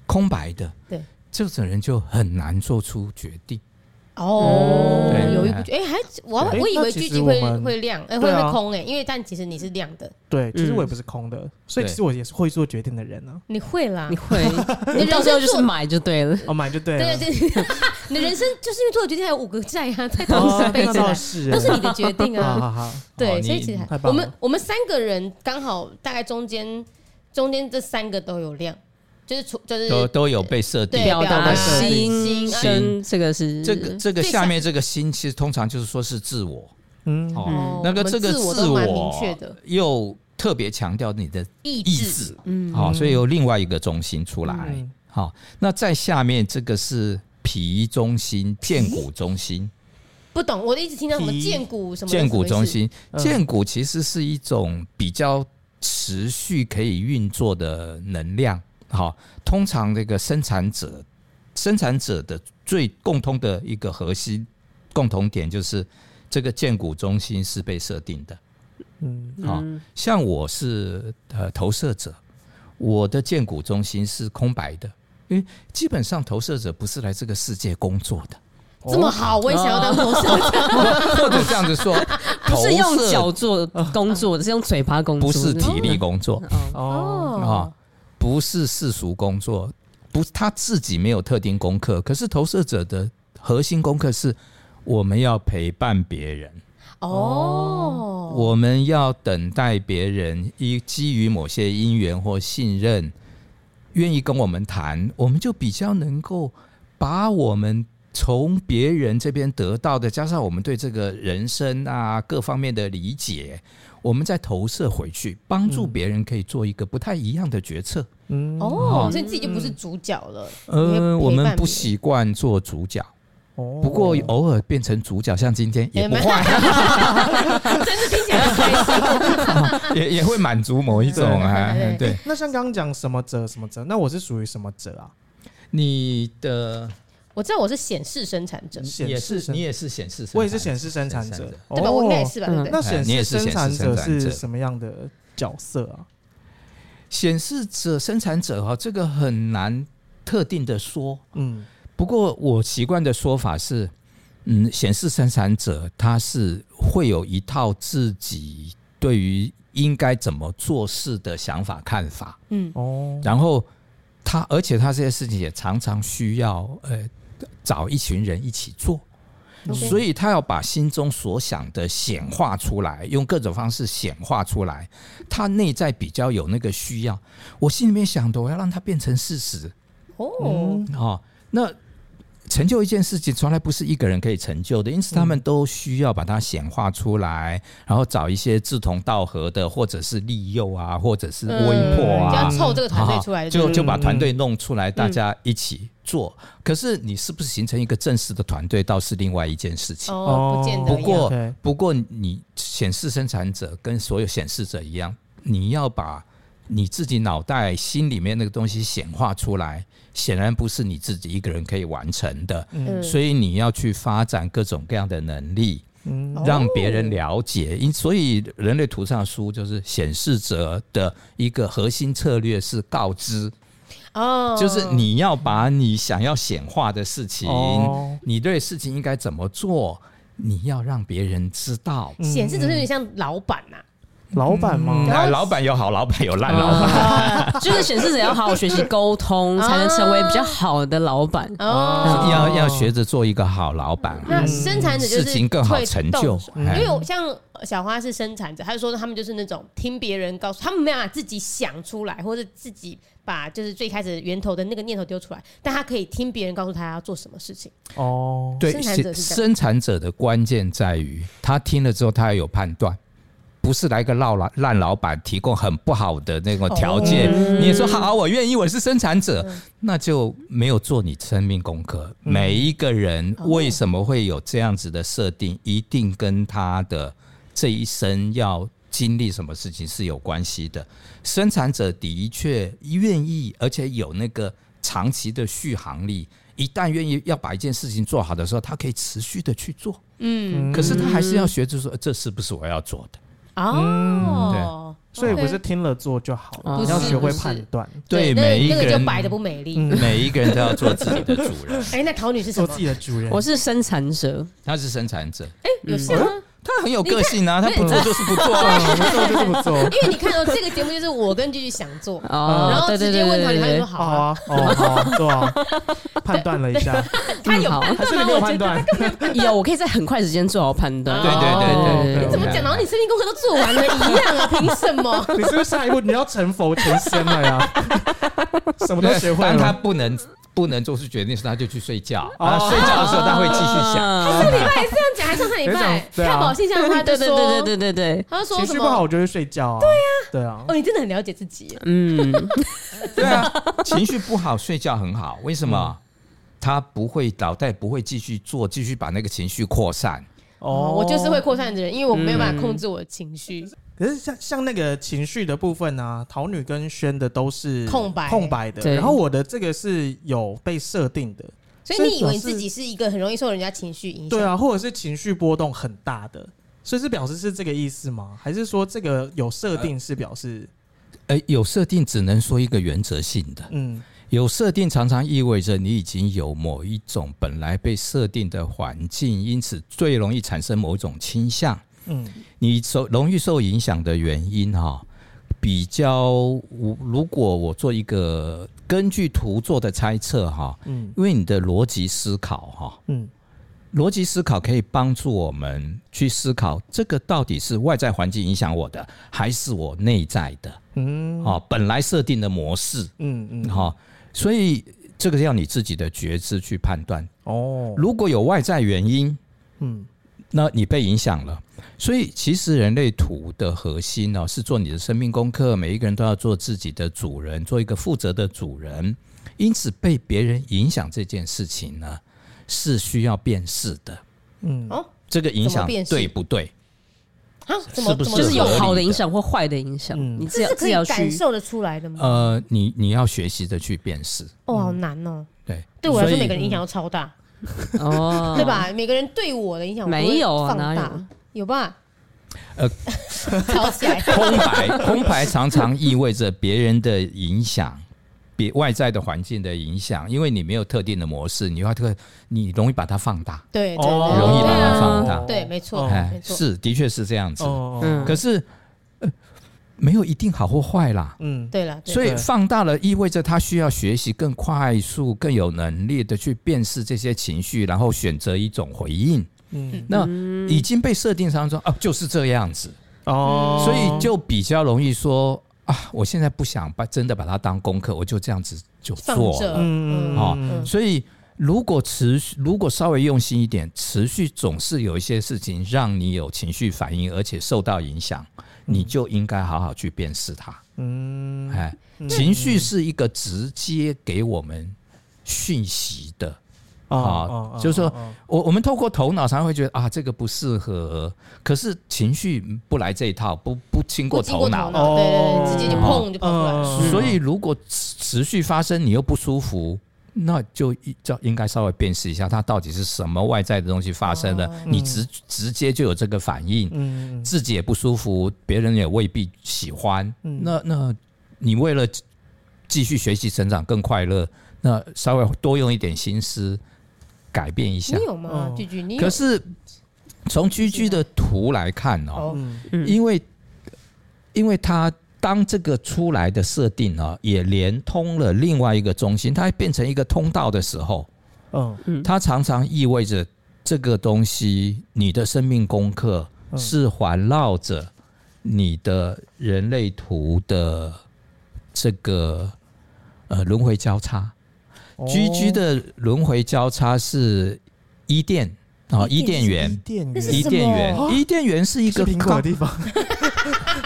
空白的，
对，
这种人就很难做出决定。
哦，
对
犹豫不决，哎，还我
对
我以
那
为
其
聚
实
集
我
会
们
会亮，哎，会
对啊
会空哎，因为但其实你是亮的，
对，其实
嗯
我也不是空的，所以
对
其实我也是会做决定的人啊。
你会啦
你， 会，
你
你
人
到时
生
候就是
做
买就对了。
哦，买就对
对
了。
对对，你的人生就是因为做的决定还有五个债啊，在同
哦
时，背
那
着
倒
来，
是，
都是你的决定
好
啊。
好好，
对，
哦
所以
你
其实还
太
我
棒
们
了
我们三个人刚好大概中间中间这三个都有亮，就是除就是
都都有被设定
对。
啊
表达
表达
心
心嗯
跟这个是
这个这个
最
下面这个心，其实通常就是说是自我
嗯，
哦，
哦
那个
我们
这个
自我
自
都蛮明
我
确的
又特别强调你的
意
意
志嗯
志，好、所以有另外一个中心出来。
嗯
好、那在下面这个是脾中心、荐骨中心、
不懂，我一直听到什么
皮
荐骨什么
荐骨中，心。
嗯
荐骨其实是一种比较持续可以运作的能量。好、通常这个生产者，生产者的最共通的一个核心共同点就是这个荐骨中心是被设定的。
嗯，
好、像我是呃投射者，我的荐骨中心是空白的，因为基本上投射者不是来这个世界工作的，
这么好，我也想要当投射者，
或者这样子说，
不
投
是用
射
脚做工作的，是用嘴巴工作，
不是体力工作
哦，
啊、
哦，
不是世俗工作，不是他自己没有特定功课，可是投射者的核心功课是我们要陪伴别人。
哦，
我们要等待别人一基于某些因缘或信任，愿意跟我们谈，我们就比较能够把我们从别人这边得到的，加上我们对这个人生啊各方面的理解，我们再投射回去，帮助
嗯
别人可以做一个不太一样的决策。
嗯，
哦，所以自己就不是主角了，你会陪
呃，我
伴
们不
别人
习惯做主角，
哦，
不过偶尔变成主角，像今天也不
也蛮
坏。
真的听起来很开心。
也也会满足某一种
对
啊
对，
对
那像刚刚讲什么者什么者，那我是属于什么者啊？
你的
我知道我是显示生产者，
显
也
示
是
生
你也是显示生产者，
我也是显示生产
生
者哦
产者，
对吧？我应该也是吧，对
嗯
不对？
那显
你也
示
是显
生产
示
者
生产者
是什么样的角色啊？
显示者生产者哈，这个很难特定的说。
嗯，
不过我习惯的说法是，嗯，显示生产者他是会有一套自己对于应该怎么做事的想法看法，
嗯，
哦，
然后他而且他这些事情也常常需要呃找一群人一起做。
OK
所以他要把心中所想的显化出来，用各种方式显化出来。他内在比较有那个需要，我心里面想的，我要让它变成事实
哦
嗯，
哦。那成就一件事情，从来不是一个人可以成就
嗯
的，因此他们都需要把它显化出来，然后找一些志同道合的，或者是利诱啊，或者是威迫
嗯
啊，
就要凑这个团队出来，
就
对
就把团
嗯
队弄出来，大家一起做。可是你是不是形成一个正式的团队，倒是另外一件事情。
哦，不见得
嗯不
一样。
过
OK
不过，你显示生产者跟所有显示者一样，你要把你自己脑袋心里面那个东西显化出来，显然不是你自己一个人可以完成的，
嗯
所以你要去发展各种各样的能力，
嗯
哦
让别人了解。因所以，人类图上书就是显示者的一个核心策略是告知，
哦，
就是你要把你想要显化的事情，
哦
你对事情应该怎么做，你要让别人知道。
显示只是有点像老板呐，
老板吗？
那哎老板有好老板，有
哦
烂老
啊
板。
哦 就是显示者要好好学习沟通，才能成为比较好的老板。
哦，
要要学着做一个好老板，
那生产者就是
事情更好成就
会动手。
哎
因为我像小花是生产者，她就说他们就是那种听别人告诉他们没有办法自己想出来，或者自己把就是最开始源头的那个念头丢出来，但他可以听别人告诉他要做什么事情。
哦，
对
生产者是这样
生产者的关键在于他听了之后，他要有判断。不是来个烂老烂老板提供很不好的那种条件，你也说好，我愿意，我是生产者，那就没有做你生命功课。每一个人为什么会有这样子的设定，一定跟他的这一生要经历什么事情是有关系的。生产者的确愿意，而且有那个长期的续航力。一旦愿意要把一件事情做好的时候，他可以持续的去做。
嗯，
可是他还是要学着说，呃这是不是我要做的？嗯
哦，
所以不
OK
是听了做就好了，
哦
不
你要
是
学
不
会
是
判断。
对，
那
每一
那
个
个
人
就白的不美丽。
嗯
每一个人都要做自己的主人，
哎，那桃女是什
做
么
自？己的主人，
我是生产者，
他是生产者，
哎，有像
嗯
吗？
他很有个性啊，他
看
不做就是不做啊。
嗯不做就是不做，
因为你看到哦这个节目，就是我跟句句想做，
哦，
然后
对
直
对
接
对
问
对
桃女，
对
她就说
对，
好
好
啊，
啊，哦，好啊，做 啊，判断了一下，
她有
好
判
还
断吗
是你？没有
我觉
判
得
断？
有，我可以在很快时间做好判断。
哦
对对
对对 对
怎么讲？然后你生命功课都做完了一样啊？凭什 么？
你是不是下一步你要成佛成仙 了呀？什么都学会
当他
了，
不能不能做出决定时，他就去睡觉。
哦
啊，睡觉的时候他会继续想。啊
想。
上礼拜也哦是这样讲，还上上礼拜
对啊
看宝信箱，他就
对对对对
说，
对对对，
他就说
情
什
绪不好
么？
我就会睡觉啊。对呀，对啊，
哦，你真的很了解自己。
嗯，
对啊，情绪不好，睡觉很好。为什么？他不会脑袋不会继续做，继续把那个情绪扩散。
哦，我就是会扩散的人，因为我没有办法控制我的情绪。
可是像像那个情绪的部分啊，桃女跟轩的都是
空白
空白的，
对
然后我的这个是有被设定的，
所以你以
所以
为
表示
自己是一个很容易受人家情绪影响？
对，啊，或者是情绪波动很大的，所以是表示是这个意思吗？还是说这个有设定是表示
呃，有设定只能说一个原则性
呃
的，
嗯
有设定常常意味着你已经有某一种本来被设定的环境，因此最容易产生某种倾向。
嗯
你受容易受影响的原因哈、比较我如果我做一个根据图做的猜测哈、
嗯
因为你的逻辑思考哈、
嗯
逻辑思考可以帮助我们去思考，这个到底是外在环境影响我的，还是我内在的？
嗯
哦，本来设定的模式，
嗯嗯
哈、所以这个要你自己的觉知去判断。
哦
如果有外在原因，
嗯
那你被影响了。所以其实人类图的核心呢、哦，是做你的生命功课，每一个人都要做自己的主人，做一个负责的主人。因此，被别人影响这件事情呢，是需要辨识的。
嗯
哦
这个影
怎么
响
辨识
对不对？
啊，怎么
是不
怎
是
么
就是有
说
好的影响或坏的影响，
嗯
你自
这是
己自
可
己
以
要
感
去。
受得出来的吗？
呃，你你要学习的去辨识，
嗯
哦，好难哦。
对，
对我来说，
所以
每个人影响都超大，
嗯
哦，
对？吧？每个人对我的影响我都会
没有啊
放
哪有
大，有吧？
呃，
吵起来，
空白， 空白常常意味着别人的影响，别外在的环境的影响，因为你没有特定的模式，你要特，你容易把它放大。
对，对
哦
对
容易把
对
它
啊
放大
对，没错，
哦
哎
没，错。
是，的确是这样子。
哦
嗯
可是、呃没有一定好或坏啦。
嗯
对了，对
所以
对
放大了，意味着他需要学习更快速、更有能力的去辨识这些情绪，然后选择一种回应。
嗯
那已经被设定上说，哦、就是这样子，
哦，
所以就比较容易说啊，我现在不想把真的把它当功课，我就这样子就
放
做
着，
了。
嗯，
哦
嗯
所以如果持续，如果稍微用心一点，持续总是有一些事情让你有情绪反应，而且受到影响，
嗯
你就应该好好去辨识它。
嗯
哎，情绪是一个直接给我们讯息的。
哦
就是说我我们透过头脑常常会觉得啊，这个不适合，可是情绪不来这一套，不不经过
不经过头
头脑。
脑，对对
哦
对，直接就碰就跑出来。
嗯
所以如果持持续发生，你又不舒服，那就一就应该稍微辨识一下，它到底是什么外在的东西发生了，
哦
你直直接就有这个反应，
嗯
自己也不舒服，别人也未必喜欢。
嗯
那那你为了继续学习成长更快乐，那稍微多用一点心思改变一下
你。有吗
哦？
句句，你有
可是从居居的图来看哦，
哦，
嗯
嗯
因为因为它当这个出来的设定呢、也连通了另外一个中心，它变成一个通道的时候，
嗯
它常常意味着这个东西，你的生命功课
嗯
是环绕着你的人类图的这个呃轮
哦
回交叉。居居的轮回交叉是伊甸哦，伊
伊
甸
甸
伊
园，
甸
那是
伊
园
什
甸园
么，
伊甸园是一
是
个
苹果的地方，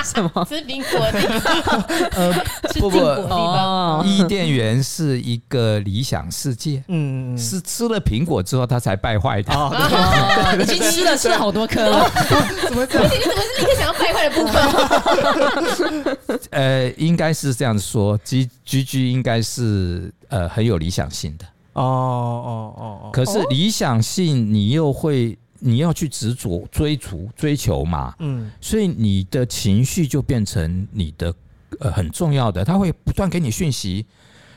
什么？
吃苹果的， 吃禁
不不
果的地 方。
高
哦，
伊甸园是一个理想世界，
嗯，嗯嗯
是吃了苹果之后它才败坏的。
哦，
哦 已经吃了吃了好多颗了，
怎么
而
讲？
且你怎么是立刻想要败坏的部分？
呃，应该是这样说，G G G 应该是呃很有理想性的，
哦哦哦哦，
可是理想性你又会你要去执着追逐追求嘛，
嗯，
所以你的情绪就变成你的呃很重要的，它会不断给你讯息。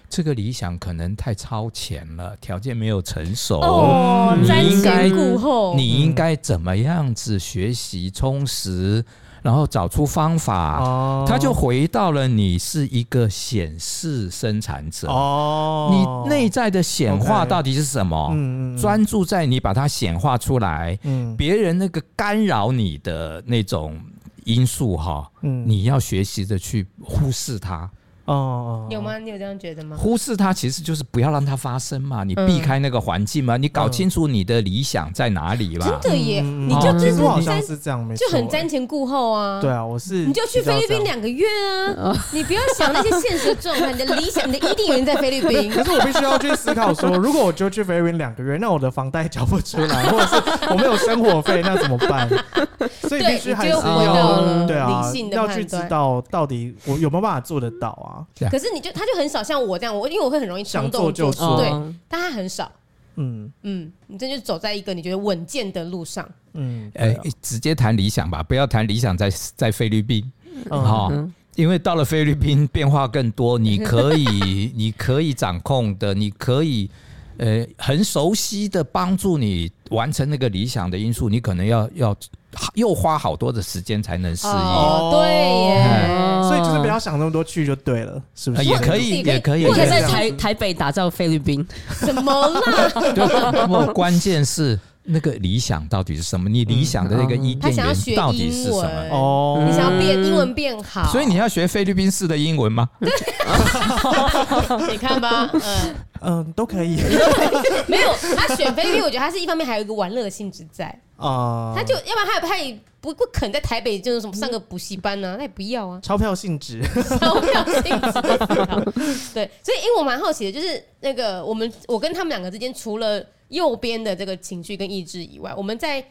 这个理想可能太超前了，条件没有成熟，
哦，
你
瞻
应该
前顾后，
你应该怎么样子学习充实，然后找出方法，
哦，
他就回到了你是一个显示生产者，
哦，
你内在的显化
OK
到底是什么？
嗯嗯
专注在你把它显化出来，
嗯
别人那个干扰你的那种因素哈，
嗯
你要学习的去忽视它。
哦哦
有？吗？你有这样觉得
嗯
吗？
忽视它其实就是不要让它发生嘛，你
嗯
避开那个环境嘛，你搞
嗯
清楚你的理想在哪里嘛
真。的耶，
嗯嗯
你就
哦
真
其实
是
我好像
瞻
是这样，没
就很
错
瞻前顾后啊。
对。啊，我是
你就去
比较
菲律
这
宾
样
两个月
哦
啊！你不要想那些现实的状况，你的理想，你的伊甸园在菲律 宾，
可是我必须要去思考说，如果我就去菲律宾两个月，那我的房贷缴不出 来，或者是我没有生活费，那怎么办？所以必
对，
须
你
还
就是又回到
要
了
对啊
理性，的
要去
判
知
断。
道到底我有没有办法做得到啊？
可是你就他就很少像我这样，我因为我会很容易冲
想
动
做就
做
做
对，
哦
但他很少。
嗯
嗯，你这就走在一个你觉得稳健的路上。
嗯，
哎、
对啊
直接谈理想吧，不要谈理想在在菲律宾，
嗯
哦
好
嗯
因为到了菲律宾变化更多，你可以 你可以掌控的，你可以呃很熟悉的帮助你完成那个理想的因素，你可能要要又花好多的时间才能适应。
哦，
哦
对耶，
所以就是不要想那么多，去就对了，是不
呃
是？
也可
自己
以，
可以
也可以，
或者
也可
在台
以
台北打造菲律宾，
什么啦？
哦对，不，关键是那个理想到底是什么？你理想的那个伊
嗯他
甸
想要学
园到底是
英
什
文
么？
哦，
你想要变英文变好，
所以你要学菲律宾式的英文吗？
嗯你看吧，嗯，
嗯，都可以
没有他选菲律宾，我觉得他是一方面还有一个玩乐性质在，
啊。，
他就
哦
要不然他也他也不不肯在台北就是什么上个补习班呢、那也不要啊
钞票性质，
钞票性质的不要。 对，所以因为我蛮好奇的，就是那个我们我跟他们两个之间，除了右边的这个情绪跟意志以外，我们在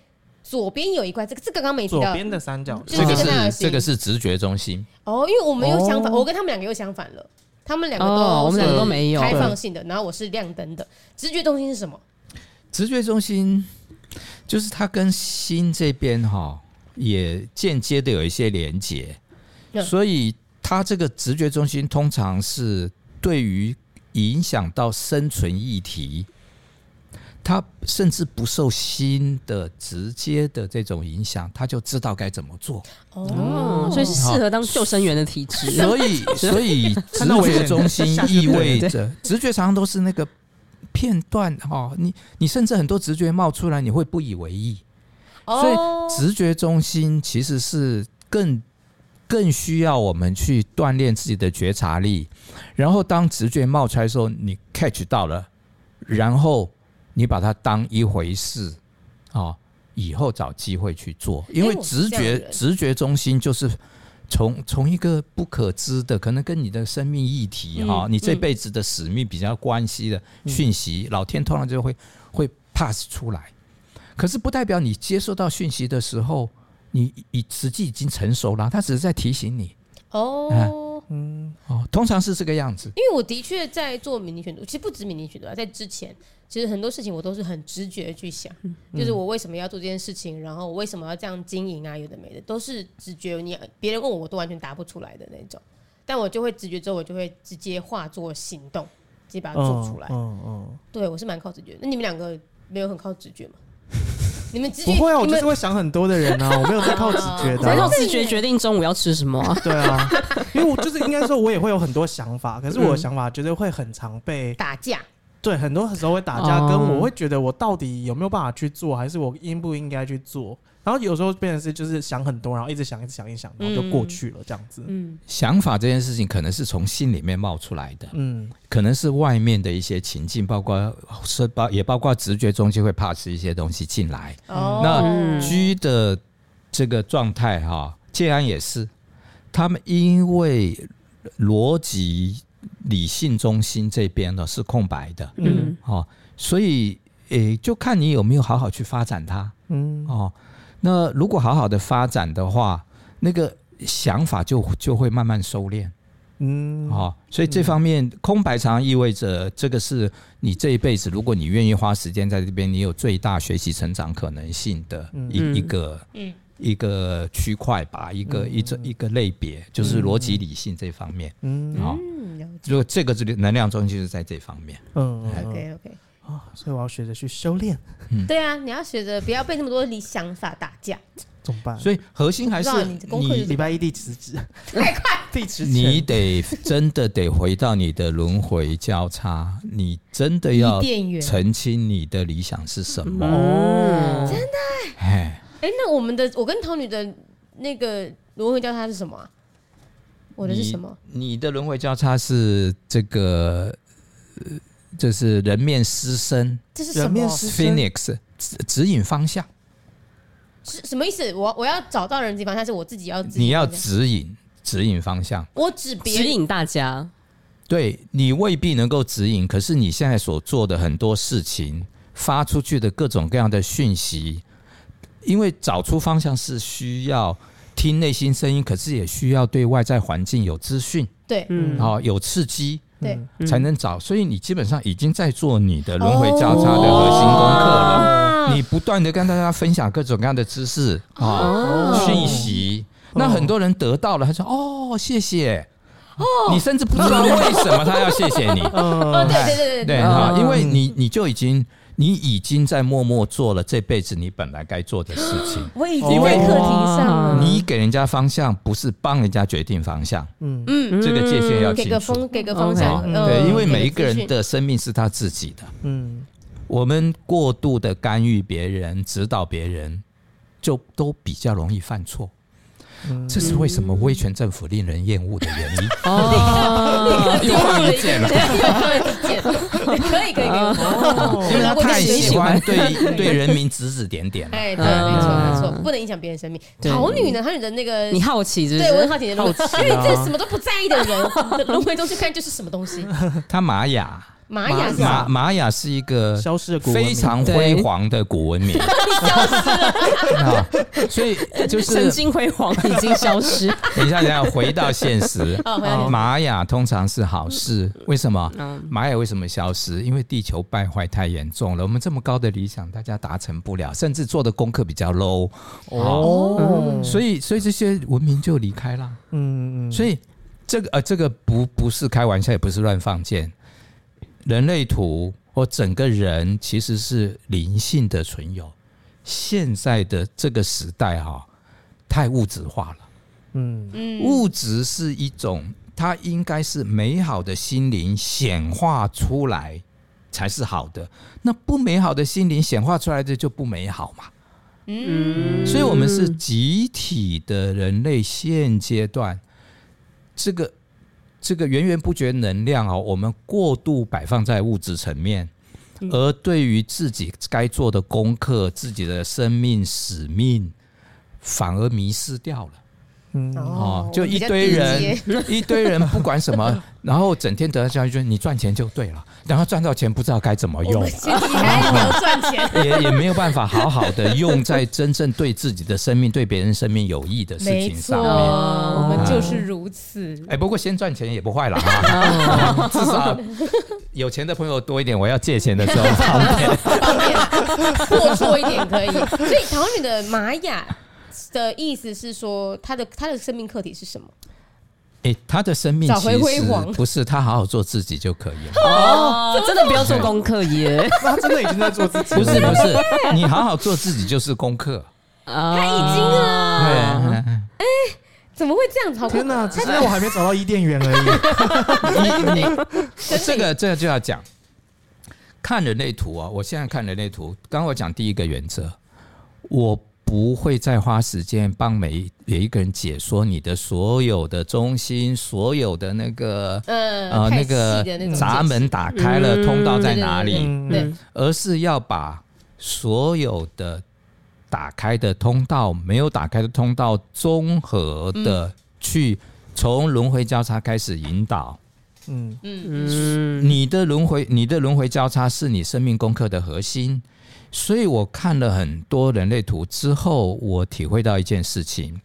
左边有一块，这个这个刚刚没提
左
到，嗯
边的三角嗯
就是
形
这。个
跟他的
是
心
这个是直觉中心，
哦，因为我们又相反，
哦
我跟他们两个又相反了。他们两个都、
哦，我们两个都没有，
开放性的，然后我是亮灯的。直觉中心是什么？
直觉中心就是它跟心这边哈、也间接的有一些连接，
嗯
所以它这个直觉中心通常是对于影响到生存议题。它甚至不受心的直接的这种影响，它就知道该怎么做。
哦
哦，，所以是适合当救生员的体质。
所以，所以直
看到危
觉
险
中心
吓死
意
人
味
对
着， 直觉常常都是那个片段哦，你你甚至很多直觉冒出来，你会不以为意。所以
哦
直觉中心其实是更更需要我们去锻炼自己的觉察力，然后当直觉冒出来的时候，你 catch 到了，然后你把它当一回事，哦，以后找机会去做，因为
哎我是
直
这样
觉
的人
直觉中心就是。从从一个不可知的，可能跟你的生命议题哈、
嗯
你这
嗯
辈子的使命比较关系的讯息，老天通常就会会 pass 出来。可是不代表你接收到讯息的时候，你你实际已经成熟了，他只是在提醒你
哦，
嗯，
哦，通常是这个样子。
因为我的确在做迷你选读，其实不止迷你选读啊，在之前其实很多事情我都是很直觉去想，
嗯
就是我为什么要做这件事情，然后我为什么要这样经营啊，有的没的都是直觉。你别人问我，我都完全答不出来的那种，但我就会直觉之后，我就会直接化作行动，直接把它做
哦
出来。
嗯嗯，
对我是蛮靠直觉的，那你们两个没有很靠直觉吗？你们直觉
不会啊，我
你
就
们嗯
是会想很多的人 啊，我没有在靠直觉的
然后
啊。
自觉决定中午要吃什么啊，
对啊，因为我就是应该说，我也会有很多想法，可是
嗯
我的想法绝对会很常被
打架
对很多时候会打架，
哦
跟我会觉得我到底有没有办法去做，还是我应不应该去做，然后有时候变成是就是想很多，然后一直想，一直想，一直想，然后就过去了这样子。
嗯，
想法这件事情可能是从心里面冒出来的，
嗯，
可能是外面的一些情境，包括是包也包括直觉中就会 pass 一些东西进来。
哦，
那
嗯
G 的这个状态哈，建安也是，他们因为逻辑理性中心这边呢是空白的，
嗯
哦，所以诶、就看你有没有好好去发展它
嗯
哦。那如果好好的发展的话，那个想法就就会慢慢收敛
嗯，
哦。所以这方面空白常常意味着这个是你这一辈子，如果你愿意花时间在这边，你有最大学习成长可能性的一、
嗯
一个
嗯
一个区块吧，一个、一这一个类别，就是逻辑理性这方面。
嗯
好、
嗯了解
如果这个能量中心就是在这方面。
嗯嗯
，OK OK，
啊，所以我要学着去修炼，
嗯
对啊，你要学着不要被那么多理想法打架，
怎么办？
所以核心还是
不知道你的功课是
你
什么
礼拜一第辞职，
太快，
第辞职，
你得 真的得回到你的轮回交叉，你真的要
店员。
澄清你的理想是什么。
哦，
哎，
哎，那我们的我跟童女的那个轮回交叉是什么啊？我的是什么？
你？你的轮回交叉是这个，呃就是人面狮身
这是什
人面
么？
狮身
（Phoenix） 指指引方向，
是什么意思？我我要找到人的地方，但是我自己要自己
你要
这样
指引指引方向。
我指别
指
人，
引大家，
对你未必能够指引，可是你现在所做的很多事情，发出去的各种各样的讯息，因为找出方向是需要听内心声音，可是也需要对外在环境有资讯，
对
嗯，
哦，有刺激
对，
嗯
才能找。所以你基本上已经在做你的轮回交叉的核心功课了。
了
你不断的跟大家分享各种各样的知识啊、
哦
讯息。
哦
那很多人得到了，他说：“哦，谢谢。”哦，你甚至不知道为什么他要谢谢你。
哦，
嗯
对对对对
对
对，，
哈，
哦
因为你你就已经你已经在默默做了这辈子你本来该做的事情
我已
因
经
为
在课题上了，
你给人家方向，不是帮人家决定方向，
嗯
嗯，
这个界限要
给
清
个
楚
方。给个方向，
啊
嗯
对，因为每一
给
个人
资讯
的生命是他自己的，
嗯
我们过度的干预别人、指导别人，就都比较容易犯错。
嗯，
这是为什么威权政府令人厌恶的原因。
哦，
又换一件了
对又换一件了可以可以可以，
因为他
哦我
太
跟你
喜欢对对人民指指点点了。
哎， 对，
嗯
没错没错，不能影响别人生命。
对
桃女呢？她女的那个
你，好奇是不是？
对我很好奇你的
好
轮
奇
回，
啊
她女这什么都不在意的人，轮回中去看就是什么东 西？
他玛雅，
玛雅是吧
玛玛雅是一个
消失的古文明
非常辉煌的古文明， 啊所以 就是
神经辉煌已经 消失，
等一下，等一下，回到现实
哦回到现实。
玛雅通常是好事，为什么
嗯？
玛雅为什么消失？因为地球败坏太严重了，我们这么高的理想大家达成不了，甚至做的功课比较 low，
哦，
所
以
以所以这些文明就离开了。
嗯嗯，
所以这个呃，这个不不是开玩笑，也不是乱放箭。人类图或整个人其实是灵性的存有。现在的这个时代哈、太物质化了。
嗯
嗯，
物质是一种，它应该是美好的心灵显化出来才是好的。那不美好的心灵显化出来的就不美好嘛。
嗯，
所以，我们是集体的人类现阶段，这个这个源源不绝能量哦，我们过度摆放在物质层面，而对于自己该做的功课、自己的生命使命，反而迷失掉了。
嗯
哦，就一堆人， 一堆人不管 什么，然后整天得到教育，就是你赚钱就对了，然后赚到钱不知道该怎么
我
用啊
们，先离开聊赚钱。
也也没有办法好好的用在真正对自己的生命、对别人生命有益 的事
没
情
错，
上面。
哦我们就是如此。
哎，不过先赚钱也不坏 了啊，至少有钱的朋友多一点。我要借钱的时候 方便。
方便 过错一点可以。所以桃女的玛雅的意思是说，她的她的生命课题是什么？
哎，他的生命
找
其
回辉
实
煌
不是他好好做自己就可以了。
哦，真的不要做功课耶，
那他真的已经在做自己了，
不是不是，你好好做自己就是功课。嗯
他
已经啊
对。
怎么会这样子？好
天哪，只是我还没找到伊甸园而已。
你你
真的
这个这个就要讲，看人类图啊！我现在看人类图，刚刚我讲第一个原则，我不会再花时间帮每每一个人解说你的所有的中心、所有的那个
嗯
呃
太
那
细的
个
那种
闸门打开了，
嗯
通道在哪
对
里，
嗯
对
嗯
而是要把所有的打开的通道、没有打开的通道综合
嗯
的去从轮回交叉开始引导。
嗯
嗯
嗯，
你的轮回，你的轮回交叉是你生命功课的核心。所以我看了很多人类图之后，我体会到一件事情：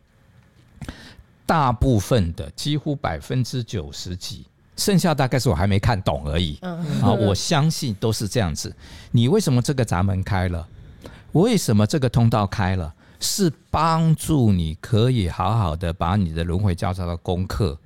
大部分的，几乎百分之九十几，剩下大概是我还没看懂而已。
嗯
啊，我相信都是这样子。你为什么这个闸门开了？为什么这个通道开了？是帮助你可以好好的把你的轮回交叉的功课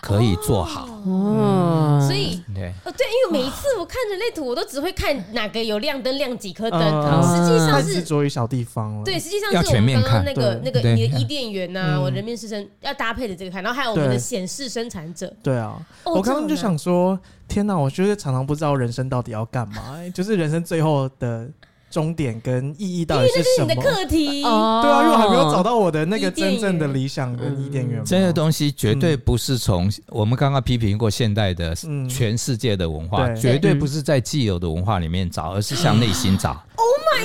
可以做好。
哦，
所以。
对，
哦，对，因为每一次我看人类图，我都只会看哪个有亮灯、亮几颗灯，
嗯
实际上
太
是
执着于小地方了。
对，，实际上
要
是我
全
们
面
刚刚
看
那个那
对
个
对
你的伊甸园呐，
嗯
啊我人面狮身要搭配的这个看，然后还有我们
对
的显示生产者。
对啊，
哦
我刚刚就，想说，天哪！我就是常常不知道人生到底要干嘛、欸就是人生最后的终点跟意义到底是
这
什
样你的
么？
课
哦
题，
对啊，因为我还没有找到我的那
伊
个
甸
真正的
园
理想跟伊甸园嘛。
这些东西绝对不是从我们刚刚批评过现代的
嗯
全世界的文化，
对
绝对不是在既有的文化里面找，而是向内心找。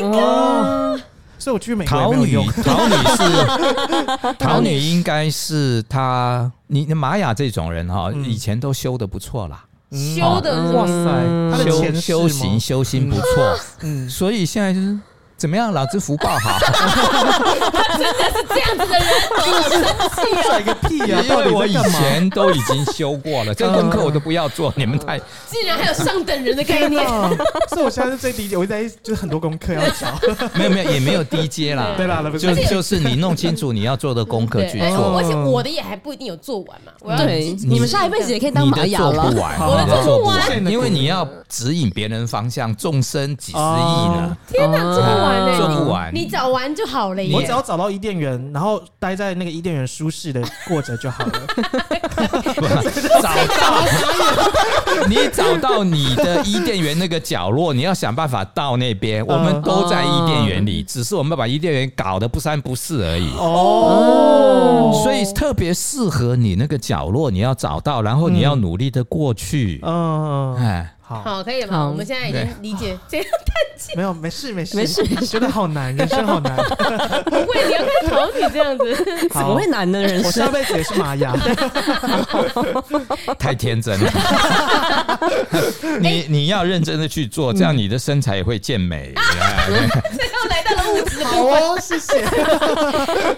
嗯
哦，所以我去美国也
桃
没有
女
用，。
桃女 是桃女，应该是她，你你玛雅这种人哈、
嗯
以前都修的不错啦，
嗯
修的
哇
嗯
塞，他的
修
前世
修
吗
行，修心不错，
嗯，
所以现在就是怎么样，老子福报 好，
这样子的人，
帅个屁
因
啊！到
为
底
我以
在干嘛？嗯
前都已经修过了，这功课我都不要 做，你们太
竟然还有上等人的概念，
啊， 所以我现在是最低级，我一直在就是很多功课要找。
没有没有也没有低阶啦，
对啦，不
就是就是你弄清楚你要做的功课去
对哦
做
而，且我的也还不一定有做完嘛，我要
对，你们下一辈子也可以当
你
玛
的
雅
做
了
不。完，
好
你的做不
我的做不
完，
完
因为你要指引别人方向，众生几十亿呢。
天
哦
哪，做不完呢，
做不
你
完
你找完就好了耶，
我只要找到伊甸园，然后待在那个伊甸园舒适的过着就好了。
找到你找到你的伊甸园那个角落，你要想办法到那边。我们都在伊甸园里，只是我们把伊甸园搞得不三不四而已。
哦
所以特别适合你那个角落，你要找到，然后你要努力的过去。
嗯，
哎，
好，
好，可以了吗？
好
我们现在已经理解，这样
没有，没事，没事，
没事没事
觉得好难，人生好难。
不会，你要看桃女这样子，
怎么
好
会难的人
我
生
下？辈子也是玛雅，
太天真 了。
哎
你你要认真的去做，这样你的身材也会健美。
嗯
哎
最后来到了物质的
好
部分。
哦，谢谢。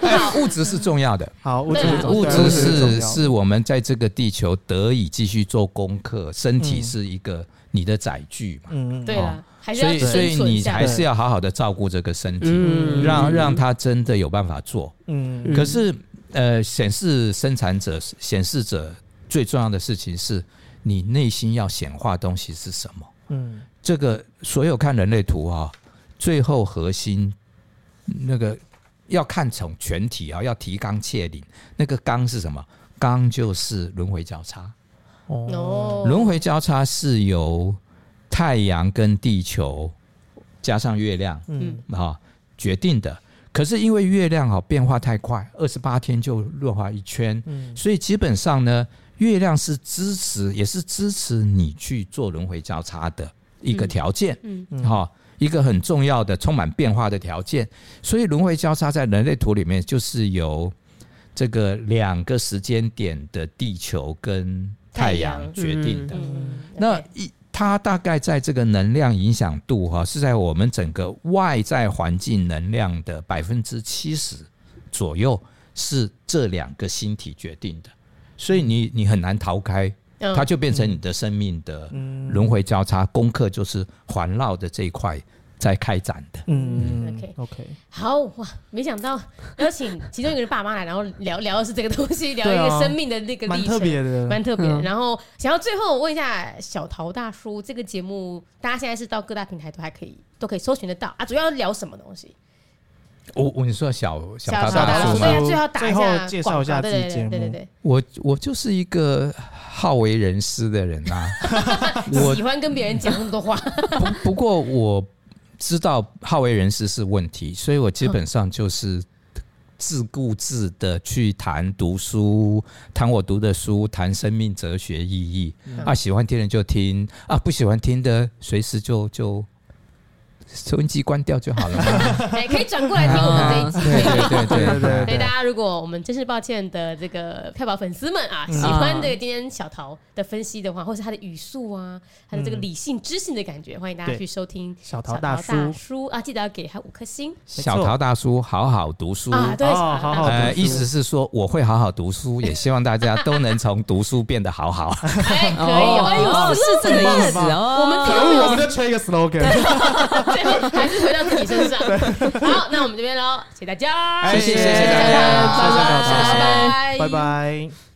哎物质是重要的，
好，物质
对啊
很重要
物
对
质
很重
是
要
是我们在这个地球得以继续做功课，身体
嗯
是一个你的载具嘛，
嗯，
对
哦
了，还是
所
要
以所
生
以
存
你
下
还
来。
是要好好的照顾这个身体，
嗯
让让它真的有办法做。
嗯
可是呃，显示生产者、显示者最重要的事情是你内心要显化东西是什么。
嗯
这个所有看人类图啊，最后核心那个要看从全体啊，要提纲挈领。那个纲是什么？纲就是轮回交叉。
哦，
哦，
轮回交叉是由太阳跟地球加上月亮
嗯
啊、决定的。可是因为月亮啊、变化太快，二十八天就弱化一圈，
嗯
所以基本上呢，月亮是支持，也是支持你去做轮回交叉的一个条件。
嗯，
嗯
哈、一个很重要的充满变化的条件。所以轮回交叉在人类图里面就是由这个两个时间点的地球跟
太
太
阳
阳决定的。
嗯，
那
OK
一它大概在这个能量影响度哈、是在我们整个外在环境能量的百分之七十左右，是这两个星体决定的。所以你你很难逃开，
嗯
它就变成你的生命的
嗯
轮回交叉，功课就是环绕的这一块在开展的。
嗯
OK
OK，
好哇，没想到邀请其中一个人爸妈来，然后聊聊的是这个东西，聊
对啊
一个生命的那个
蛮
历
特
程。
别的，
蛮特别的，
嗯
然后想要最后问一下小桃大叔，这个节目大家现在是到各大平台都还可以都可以搜寻得到啊，主要聊什么东西？
我我你说小
小
小大
桃大
大
叔，
叔
所
吗
以？最后打一
最
下
后介绍一
广
下
告
自己节目
对对对
我我就是一个好为人师的人呐、啊
对对，
我
喜欢跟别人讲那么多话，
不不过我知道好为人师是问题，所以我基本上就是自顾自的去谈读书，谈我读的书，谈生命哲学意义。啊，喜欢听的就听，啊不喜欢听的随时就就收音机关掉就好了嘛。
哎，可以转过来听我们这一集。
对对对对
对对
所以大家如果我们真是抱歉的这个票宝粉丝们啊，喜欢这个今天小桃的分析的话，或是他的语速啊，他的这个理性知性的感觉，欢迎大家去收听
小
小
桃
桃
大
大
叔
叔啊，记得要给他五颗星
小桃大叔，好好读书。
啊，对，
哦
小桃
好
大
好
叔
呃，
读书
意思是说我会好好读书，也希望大家都能从读书变得好好。
哎，可以，哎
哦
呦，
是这个意
很
思
棒很
哦。
我们
可哎恶，我们就缺一个 slogan。
最后还是回到自己身上。好，那我们这边喽，谢谢大家，
谢谢谢谢大家
拜
谢
拜
谢大
拜
家
拜拜。